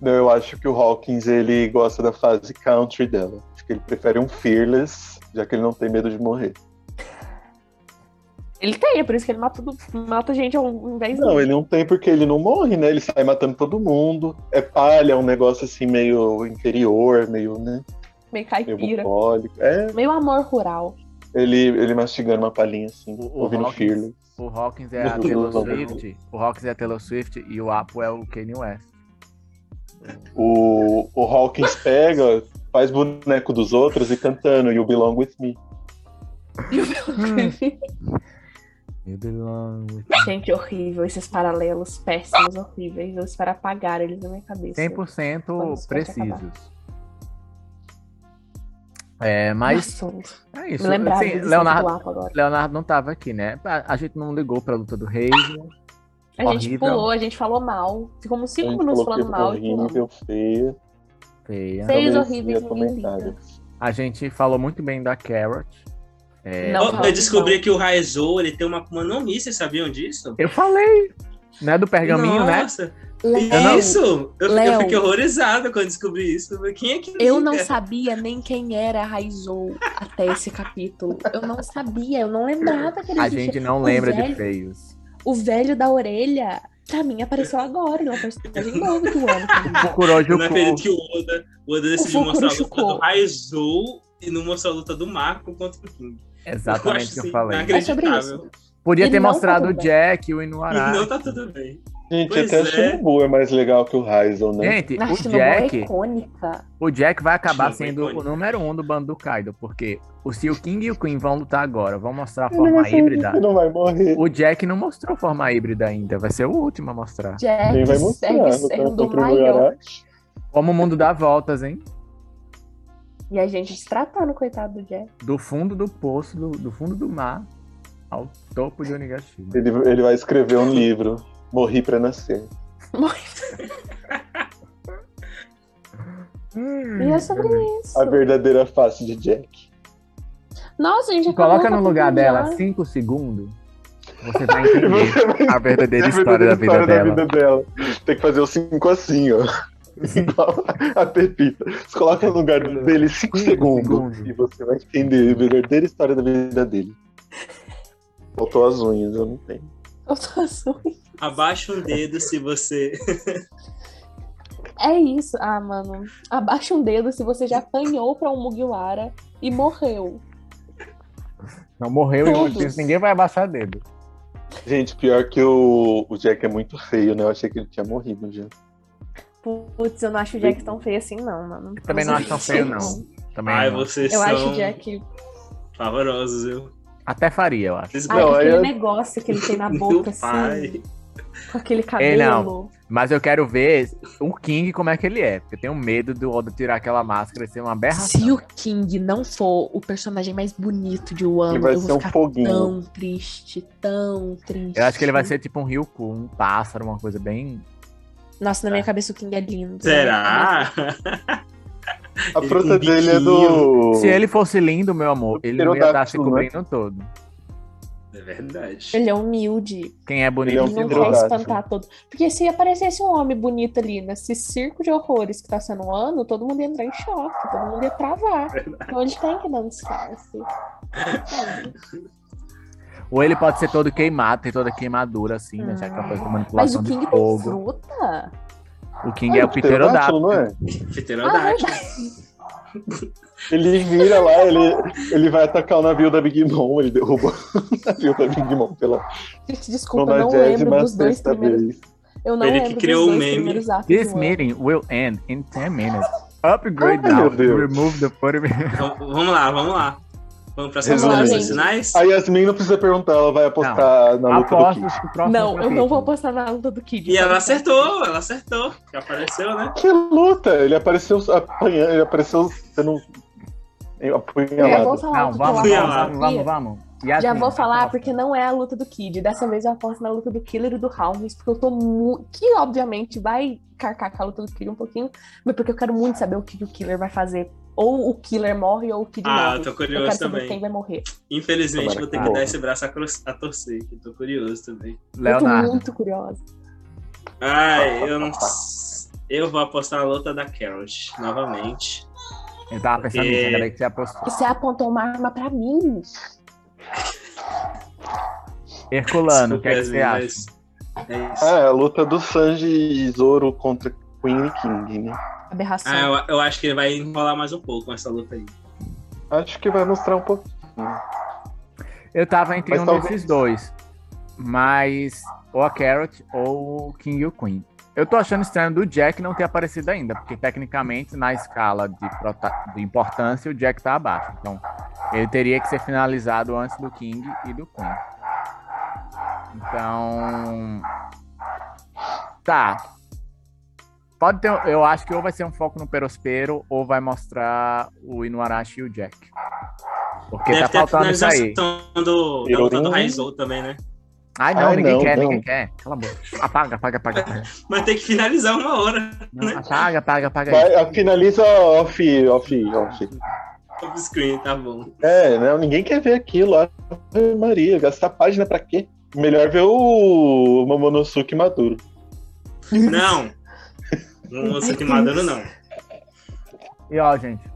Não, eu acho que o Hawkins ele gosta da fase country dela. Acho que ele prefere um Fearless, já que ele não tem medo de morrer.
Ele tem, é por isso que ele mata, tudo- mata gente ao invés
Não, ele não tem porque ele não morre, né? Ele sai matando todo mundo. É palha, é um negócio assim meio interior, meio, né?
meio
Meio
caipira.
bucólico. É,
Meio amor rural.
ele, ele mastigando uma palhinha assim,
O- o
ouvindo
Hawkins.
Fearless.
O Hawkins é a Taylor Swift. O Hawkins é a Taylor Swift e o Apo é o Kanye West.
O, o Hawkins pega, faz boneco dos outros e cantando You Belong With Me.
Hum. You belong with
(laughs) Gente, horrível. Esses paralelos péssimos, horríveis. Eu espero apagar eles na minha cabeça.
100% precisos. É,
(laughs)
mas
Nossa,
é isso.
me lembrava
Assim,
disso tipo,
Leonardo,
do Apo agora.
Leonardo não tava aqui, né? A, a gente não ligou pra luta do rei.
A gente
horrível.
pulou, a gente falou mal. Ficamos cinco
Gente,
minutos
coloquei
falando mal e pulamos.
horrível, feia.
Feia.
Sei. Fez
não merecia
horríveis, ninguém
comentário.
A gente falou muito bem da Carrot. É,
Não,
Ó,
não,
Oh, eu descobri
não.
que o Raizou, ele tem uma Akuma no Mi, vocês sabiam disso?
Eu falei, né? Do pergaminho, né?
Nossa, é
Léo,
isso! Eu,
Léo.
eu fiquei horrorizada quando descobri isso. Quem é que
Eu não
liga?
sabia nem quem era a Raizou até esse capítulo. Eu não sabia, eu não lembrava que ele
A
existia.
gente não
O
lembra de
velho-
feios.
O velho da orelha, pra mim, apareceu agora. Ele é um personagem novo do ano. pra mim.
O Kurojuku.
Ah, Eu não acredito que o Oda, o Oda decidiu
Fukuro
mostrar a luta
chocou.
do Raizou e não mostrou a luta do Marco contra o King.
Exatamente
acho
o que eu
assim,
falei.
inacreditável.
É sobre isso.
Podia
E
ter
não tá
mostrado o
tudo bem.
Jack e o
E
Inuarashi.
não tá tudo bem.
Gente,
Pois
até
é.
o Shinobu é mais legal que o Raizou, né?
Gente,
A
o
Shinobu é
Jack,
icônica.
o Jack vai acabar
Shinobu é
sendo o
icônico.
número um do bando do Kaido, porque o Seal King e o Queen vão lutar agora, vão mostrar a
Ele vai
forma
ser-
híbrida.
ele não vai morrer.
O Jack não mostrou forma híbrida ainda, vai ser o último a mostrar.
Quem
Jack
vai mostrar?
segue
Não tem
sendo o
contra o
maior.
Yarashi.
Como o mundo dá voltas, hein?
E a gente se tratando, coitado do Jack.
Do fundo do poço, do, do fundo do mar, ao topo de Onigashima.
Ele, ele vai escrever um livro. Morri pra nascer.
Hum,
E é sobre isso.
A verdadeira face de Jack.
Nossa, a gente acabou
Coloca
com
no
a
lugar
oportunidade.
dela assim. 5 segundos, (laughs) você vai entender a
É
verdadeira história da vida dela.
Verdadeira dela. Tem que fazer os cinco
(laughs)
assim, ó. Igual a Pepita. Você coloca no lugar dele cinco
Cinco
segundos
segundos.
e você vai entender a verdadeira história da vida dele. Faltou as unhas, eu não tenho.
Eu tô azul.
Abaixa um dedo se você.
É isso. Ah, mano. Abaixa um dedo se você já apanhou pra um Mugiwara e morreu.
Não morreu e
Todos.
hoje ninguém vai abaixar dedo.
Gente, pior que o, o Jack é muito feio, né? Eu achei que ele tinha morrido já.
Putz, eu não acho o Jack tão feio assim, não, mano. Eu
também não acho tão feio, não. Também
Ai,
não.
vocês
Eu acho
são
o Jack.
pavorosos, viu?
Até faria, eu acho.
Vocês
Ai,
Não,
aquele
eu-
negócio que ele tem
(laughs)
na
Meu
boca, assim.
pai.
Com aquele
Ei,
cabelo.
Mas eu quero ver o King como é que ele é. Porque eu tenho medo do Oda tirar aquela máscara e ser uma aberração.
Se o King não for o personagem mais bonito de Wano,
Ele vai
eu
ser
vou
um
ficar
foguinho.
tão triste, tão triste.
Eu acho que ele vai ser tipo um Ryuku, um pássaro, uma coisa bem.
Nossa, na minha cabeça o King é lindo.
Será?
A
Ele
fruta
com
dele é
biquinho.
do.
Se ele fosse lindo, meu amor, ele não ia estar se cobrindo todo.
É verdade.
Ele é humilde,
Quem é bonito
Ele é um
ele não quer
psicopata.
espantar todo. Porque se aparecesse um homem bonito ali nesse circo de horrores que tá sendo o ano, todo mundo ia entrar em choque, todo mundo ia travar. Então ele tem que dar um descanso.
Ou ele pode ser todo queimado, tem toda queimadura, assim, né? Já que é uma coisa com
Ah. Mas
manipulação
o
de
King tem
fogo.
fruta? Ah,
O King
um
é o pterodáptilo.
pterodátilo, não é?
Pterodátilo.
Ele vira lá, ele, ele vai atacar o navio da Big Mom, ele derruba (laughs) o navio da Big Mom pela
Gente, (laughs) desculpa, eu não
é
lembro
nonagésima
dos dois
sexta
primeiros.
vez.
Eu não
Ele que
lembro
criou o
dos dois
meme.
primeiros atos.
This
do ano.
meeting will end in 10 minutes. Upgrade
Ai,
now.
meu Deus. Tá
Remove the 40
Ah,
minutes.
é
Então, vamos lá, vamos lá. Vamos pra
Resumindo.
sessão dos sinais?
A Yasmin não precisa perguntar, ela vai apostar na luta
Aposto
do Kid.
que o próximo.
Não, eu não vou
capítulo.
apostar na luta do Kid.
E ela acertou, ela acertou. Que apareceu, né?
Que luta! Ele apareceu apanhando, ele apareceu sendo um
Já vou
apunhalado.
falar
Não,
do
vamos,
que eu
vamos,
aposto.
vamos, vamos, vamos. assim,
Já
Yasmin,
vou falar
aposta.
porque não é a luta do Kid. Dessa vez eu aposto na luta do Killer e do Hawkins, porque eu tô muito. Que obviamente vai carcar com a luta do Kid um pouquinho, mas porque eu quero muito saber o que que o Killer vai fazer. Ou o Killer morre ou o Kid
Ah,
morre.
eu tô
eu
curioso
quero saber quem
também.
vai morrer.
Infelizmente,
Tomara
vou
que
ter que
morra.
dar esse braço a, cru- a torcer. que Eu tô curioso também.
Eu tô
Leonardo.
muito curiosa.
Ai, eu não. Eu vou apostar na luta da Carrot novamente.
Eu tava pensando nisso,
Porque-
ainda bem que você apostou.
E você apontou uma arma pra mim.
Herculano, o que é que você
Desculpa,
acha?
Yasmin, mas É isso.
Ah, é a luta do Sanji e Zoro contra Queen e King, né?
Aberração.
Ah, eu, eu acho que ele vai enrolar mais um pouco com essa luta aí.
Acho que vai mostrar um pouco.
Eu tava entre
Ah, Mas
um
talvez-
desses dois. Mas ou a Carrot ou o King e o Queen. Eu tô achando estranho do Jack não ter aparecido ainda, porque tecnicamente na escala de, prota- de importância o Jack tá abaixo. Então ele teria que ser finalizado antes do King e do Queen. Então. Tá. Pode ter, eu acho que ou vai ser um foco no Perospero ou vai mostrar o Inuarashi e o Jack. Porque
Deve
tá
ter a
faltando isso aí.
finalização do, da luta do
Irorim.
Raizou também, né?
Ai, não,
Ai,
ninguém
Ah, não,
quer,
não.
ninguém quer. Cala a boca. Apaga, apaga, apaga. apaga.
Mas tem que finalizar uma hora.
Não, apaga, apaga, apaga.
Vai,
isso.
ah, finaliza off, off, off.
Top screen, tá bom.
É, não, ninguém quer ver aquilo. Ave Maria, gastar página pra quê? Melhor ver o Momonosuke maduro.
Não! Não vou ser maduro, não.
E ó, gente,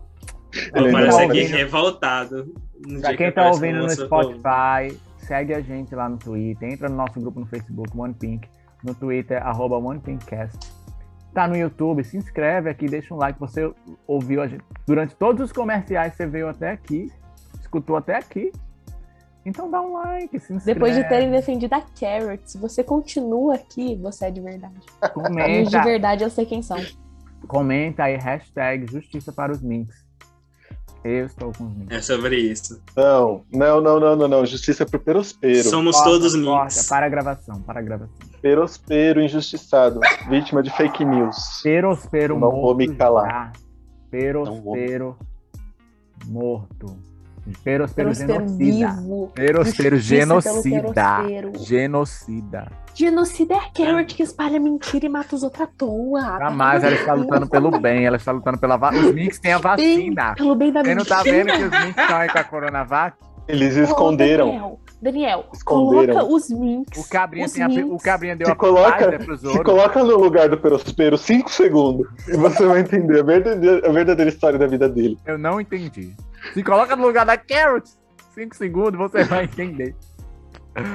Ele é
Vou aparecer
tá
aqui
ouvindo.
revoltado. no
pra
dia
quem
que
tá
aparece
ouvindo
com
no
essa-
Spotify, segue a gente lá no Twitter, entra no nosso grupo no Facebook, One Pink, no Twitter, arroba OnePinkCast. Tá no YouTube, se inscreve aqui, deixa um like. Você ouviu a gente durante todos os comerciais, você veio até aqui, escutou até aqui. Então dá um like, se inscreve.
Depois de terem defendido a Carrot, se você continua aqui, você é de verdade. Os de
comenta,
verdade eu sei quem são.
comenta aí, hashtag Justiça para os Minks. Eu estou com os Minks.
É sobre isso.
né? Não, não, não, não, não, não. Justiça pro Perospero.
Somos
Corta,
todos
corta,
minks.
Para a gravação, para a gravação.
Perospero injustiçado. Vítima de fake news.
Perospero
Não
morto.
vou me calar.
já. Perospero morto. Perospero
Perospero
genocida.
vivo.
Perospero,
Justiça pelo
genocida.
perospero.
Genocida.
Genocida é a Carrot que espalha mentira e mata os outros à toa.
Jamais ela está lutando pelo bem, ela está lutando pela vacina. Os Minks têm a
Bem,
vacina.
Pelo bem da
Você não tá
mentira.
vendo que os Minks estão aí com a Coronavac?
Eles
Ô,
esconderam.
Daniel, Daniel
Esconderam.
coloca os minks.
O Cabrinha,
os
tem a,
minks.
o Cabrinha deu
Se
a
coloca-
Pfizer pros
Se
outros.
coloca no lugar do Perospero 5 segundos e você vai entender a verdadeira, a verdadeira história da vida dele.
Eu não entendi. Se coloca no lugar da Carrot, 5 segundos, você vai entender.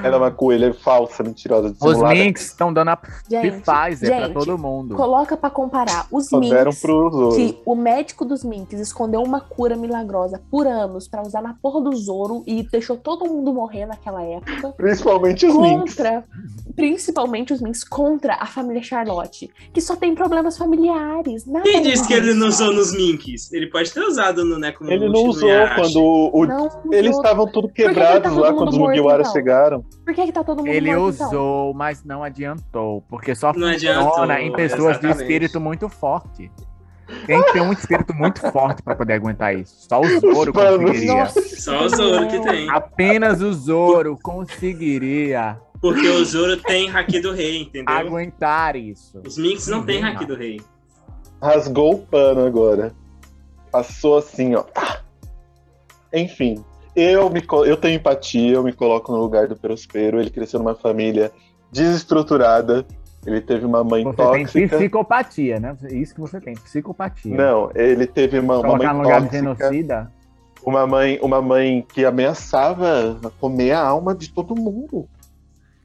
Ela é uma coelha falsa, mentirosa,
Os
dissimulada.
Minks estão dando a
Gente,
Pfizer é pra
gente,
todo mundo.
coloca pra comparar os
Só deram
minks
pro Zoro.
que o médico dos minks escondeu uma cura milagrosa por anos pra usar na porra do Zoro e deixou todo mundo morrer naquela época.
Principalmente os Minks.
Contra, principalmente os minks, contra a família Charlotte, que só tem problemas familiares. nada
Quem disse
mais.
que ele não usou nos minks? Ele pode ter usado no né, Neco
Ele não usou quando o.
Não
Eles
usou.
estavam tudo
que que tá
quebrados
todo
lá
mundo
quando os
morto,
Mugiwara
então?
chegaram.
Por que, que tá todo mundo
Ele
morto, então?
usou, mas não adiantou, porque só
Não
funciona
adianta.
em pessoas de um espírito muito forte. Tem que ter um espírito muito forte pra poder aguentar isso. Só o Zoro
Mano.
conseguiria.
Só o Zoro que tem.
Apenas o Zoro conseguiria
Porque o Zoro tem Haki do Rei, entendeu?
aguentar isso.
Os minks não tem Haki do Rei.
Rasgou o pano agora. Passou assim, ó. Pá. Enfim, eu, me, co- eu tenho empatia, eu me coloco no lugar do Perospero. Ele cresceu numa família desestruturada. Ele teve uma mãe
Você tem
tóxica.
psicopatia, né?
É
Isso que você tem, psicopatia.
Não, ele teve uma, uma
Colocar no
mãe
lugar de
tóxica.
genocida.
Uma mãe, uma mãe que ameaçava comer a alma de todo mundo.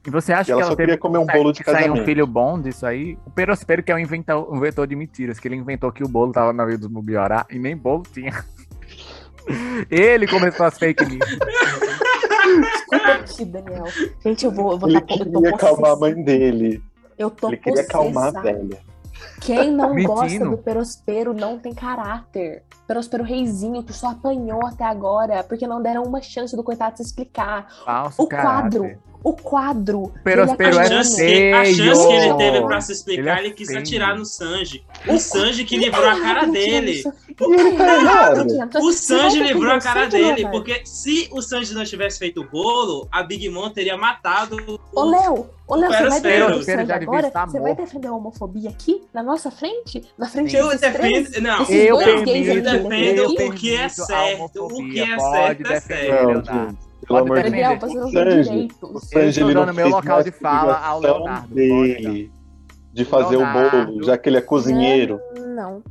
E você acha
E ela
que ela
só
teve
queria comer um bolo de
que sair um
casamento.
filho bom disso aí? O Perospero que é um inventor, um inventor de mentiras, que ele inventou que o bolo tava na vida dos Mubiorá e nem bolo tinha. (laughs) Ele começou as fake
(laughs)
news.
Escuta aqui, Daniel. Gente, eu vou. Eu, vou
Ele
tá- eu tô
queria acalmar a
possessa.
mãe dele.
Eu tô
Ele queria acalmar a
possessa.
velha.
Quem não
Mentindo.
gosta do Perospero não tem caráter. Perospero reizinho que só apanhou até agora, porque não deram uma chance do coitado se explicar.
Falso,
O
caráter.
quadro, o quadro.
Perospero
dele
A
é
chance,
apanhando.
que, a
feio.
chance que ele teve pra se
Ele é
explicar, ele quis
feio.
atirar no Sanji. O Sanji que livrou a cara
Errado,
dele.
Diego, isso. Ele tá errado, Diego.
O
Você
Sanji
volta com
livrou a
você,
cara
Leonardo.
dele, porque se o Sanji não tivesse feito o bolo, a Big Mom teria matado
Ô,
o
Léo, ô, Léo, você vai
Perospero.
defender o
Perospero
Sanji
já devia
agora?
estar
Você vai
morto.
defender a homofobia aqui, na nossa frente? Na frente
Eu
desses três?
defendo. Não,
Esses
Eu
dois gays
permito,
aí,
eu
defendo o que é
permito a
certo. O que é
homofobia. Pode
certo é
defender,
certo.
Não,
Leonardo.
gente, pelo
Pode
amor de
defender.
Gabriel, você não tem
Sanji,
direitos.
Eu estou
ele não
dando meu
fez
local
mais
de fala
obrigação
ao Leonardo.
dele de fazer o
Leonardo. Né?
bolo, já que ele é cozinheiro.
Não.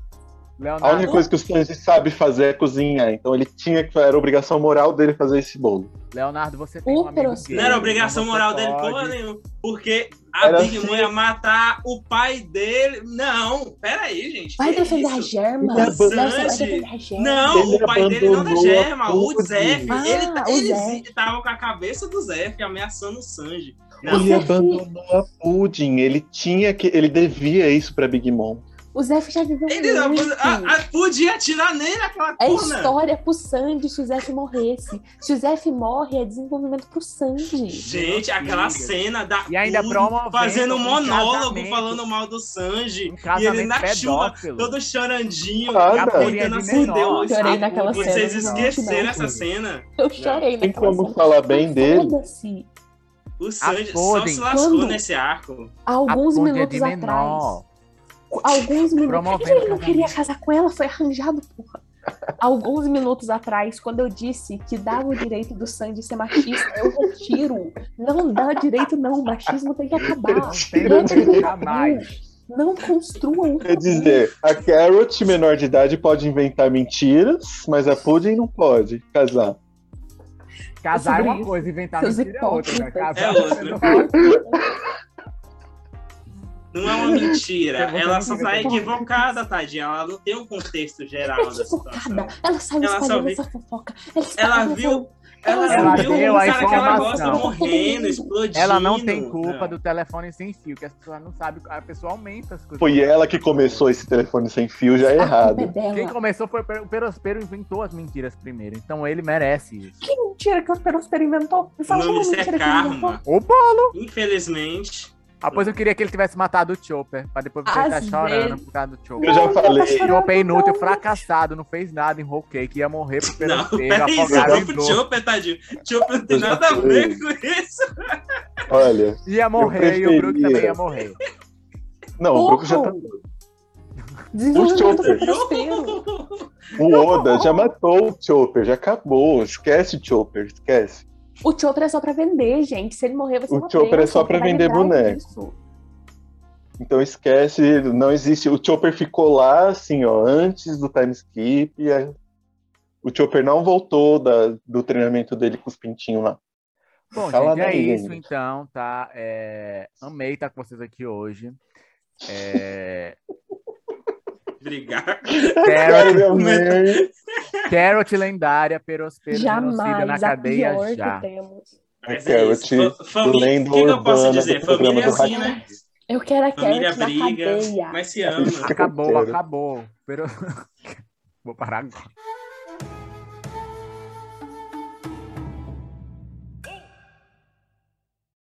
A única
Leonardo,
coisa que o Sanji sabe fazer é cozinhar, então ele tinha que era obrigação moral dele fazer esse bolo.
Leonardo, você tem
O
um amigo
Perospero.
gay,
Não era obrigação
então você
moral dele,
pode-
porra né? nenhuma. Porque a
Era
Big
assim.
Mom ia matar o pai dele. Não, peraí, gente.
Vai
que
defender a
isso?
Germa?
Ele é
Léo, você vai
Sanji.
defender a Germa?
Não,
Ele
o pai dele não da
abandonou
Gema,
a
o
tudo.
Zef.
Ah,
ele, tá-
o
ele
Zef.
tava com a cabeça do Zef ameaçando o Sanji.
Não.
Ele abandonou a Pudding. Ele tinha que. Ele devia isso pra Big Mom.
O Zef já viveu
Ele não,
muito.
a, a, podia atirar nele né? naquela
É
corna.
história pro Sandy se o Zef morresse. Se o Zef morre, é desenvolvimento pro Sandy.
Gente, aquela
Amiga.
cena da
né? E ainda
Uri
promovendo
fazendo um
um
monólogo
casamento.
falando mal do Sanji.
Um
E ele
casamento
na chuva,
pedófilo. é
todo chorandinho,
Nada.
tentando acender o
Chorei
um saco.
naquela
Vocês
cena, não,
esqueceram
não.
essa cena?
Eu chorei
Tem
Então,
naquela
como
assim,
cena.
falar bem dele.
Foda-se.
O Sanji só
Podem.
se lascou
Quando?
(laughs)
nesse arco.
Há
A
alguns
Pudding é
minutos
de
atrás.
menor.
Alguns minutos.
Promovendo
Ele não
casamento.
queria casar com ela, foi arranjado, porra. Alguns minutos atrás, quando eu disse que dava o direito do Sandy ser machista, eu retiro. Não dá direito, não. O machismo tem que acabar.
Não tem que ficar mais.
Não construam
(laughs)
um
Quer dizer, a Carrot, menor de idade, pode inventar mentiras, mas a Pudding não pode casar.
Casar é
sobre
uma
isso.
coisa, inventar
Seus
mentira é outra. Né?
hipócritas.
Casar
É outra.
não fala-
Não é uma mentira.
Eu vou
Ela
ter
só
que
tá
ver.
equivocada, tadinha. Ela não tem um contexto geral
é
da situação.
focada. Ela saiu
Ela só
espalhando
viu-
essa fofoca. Ela,
Ela
espalhou essa-
viu. Ela,
Ela
viu
deu
um
a
cara que ela gosta
informação.
morrendo, explodindo.
Ela não tem culpa
Não.
do telefone sem fio, que as pessoas não sabem, a pessoa aumenta as coisas.
Foi ela que começou esse telefone sem fio, já
A
é
culpa
(laughs)
é
errado.
dela.
Quem começou foi o Per- o Perospero, inventou as mentiras primeiro, então ele merece isso.
Que mentira que o Perospero inventou? Me
O
fala
nome
uma
disso
mentira que
é
ele inventou.
karma.
Opa!
Infelizmente.
Após eu queria que ele tivesse matado o Chopper, pra depois você
Às
estar chorando
vezes.
por causa do
Eu
Chopper.
já
Não, ela
falei.
tá chorando,
Chopper é inútil,
não.
fracassado, não fez nada em Roquei, que ia morrer pro
Não,
Perospero,
peraí, isso é
afogado
não
em
pro
dor.
Chopper, tadinho. Chopper não tem
Eu já
nada a
falei.
ver com isso.
Olha,
Ia morrer e o Brook
preferia.
também ia morrer.
não, o Brook já tá.
Desenvolvimento
Chopper.
do Perospero.
O Oda já matou o Chopper, já acabou. Esquece o Chopper, esquece.
O Chopper é só pra vender, gente. Se ele morrer, vai ser
O
uma
Chopper é
bênção,
só pra
vai
vender
lembrar
boneco.
disso.
Então esquece, não existe. O Chopper ficou lá, assim, ó, antes do time skip. e aí- O Chopper não voltou da- do treinamento dele com os pintinhos lá.
Bom,
Fala
gente, é
daí,
isso
gente.
então, tá? É, Amei estar com vocês aqui hoje. É...
(laughs) Obrigado.
Carrot,
Meu Deus.
Carrot lendária, Perospero genocida na
Jamais a
cadeia
pior
já.
que temos.
Mas é
Eu quero
isso.
te-
Fa- Família,
lenda
o que, que eu posso
urbana
dizer?
do programa
Família é
do
assim,
Ratinho.
né?
Eu quero é a
Família
Carrot na
briga,
cadeia.
mas se ama.
Acabou,
Quero.
acabou. Pero... (laughs) Vou parar agora.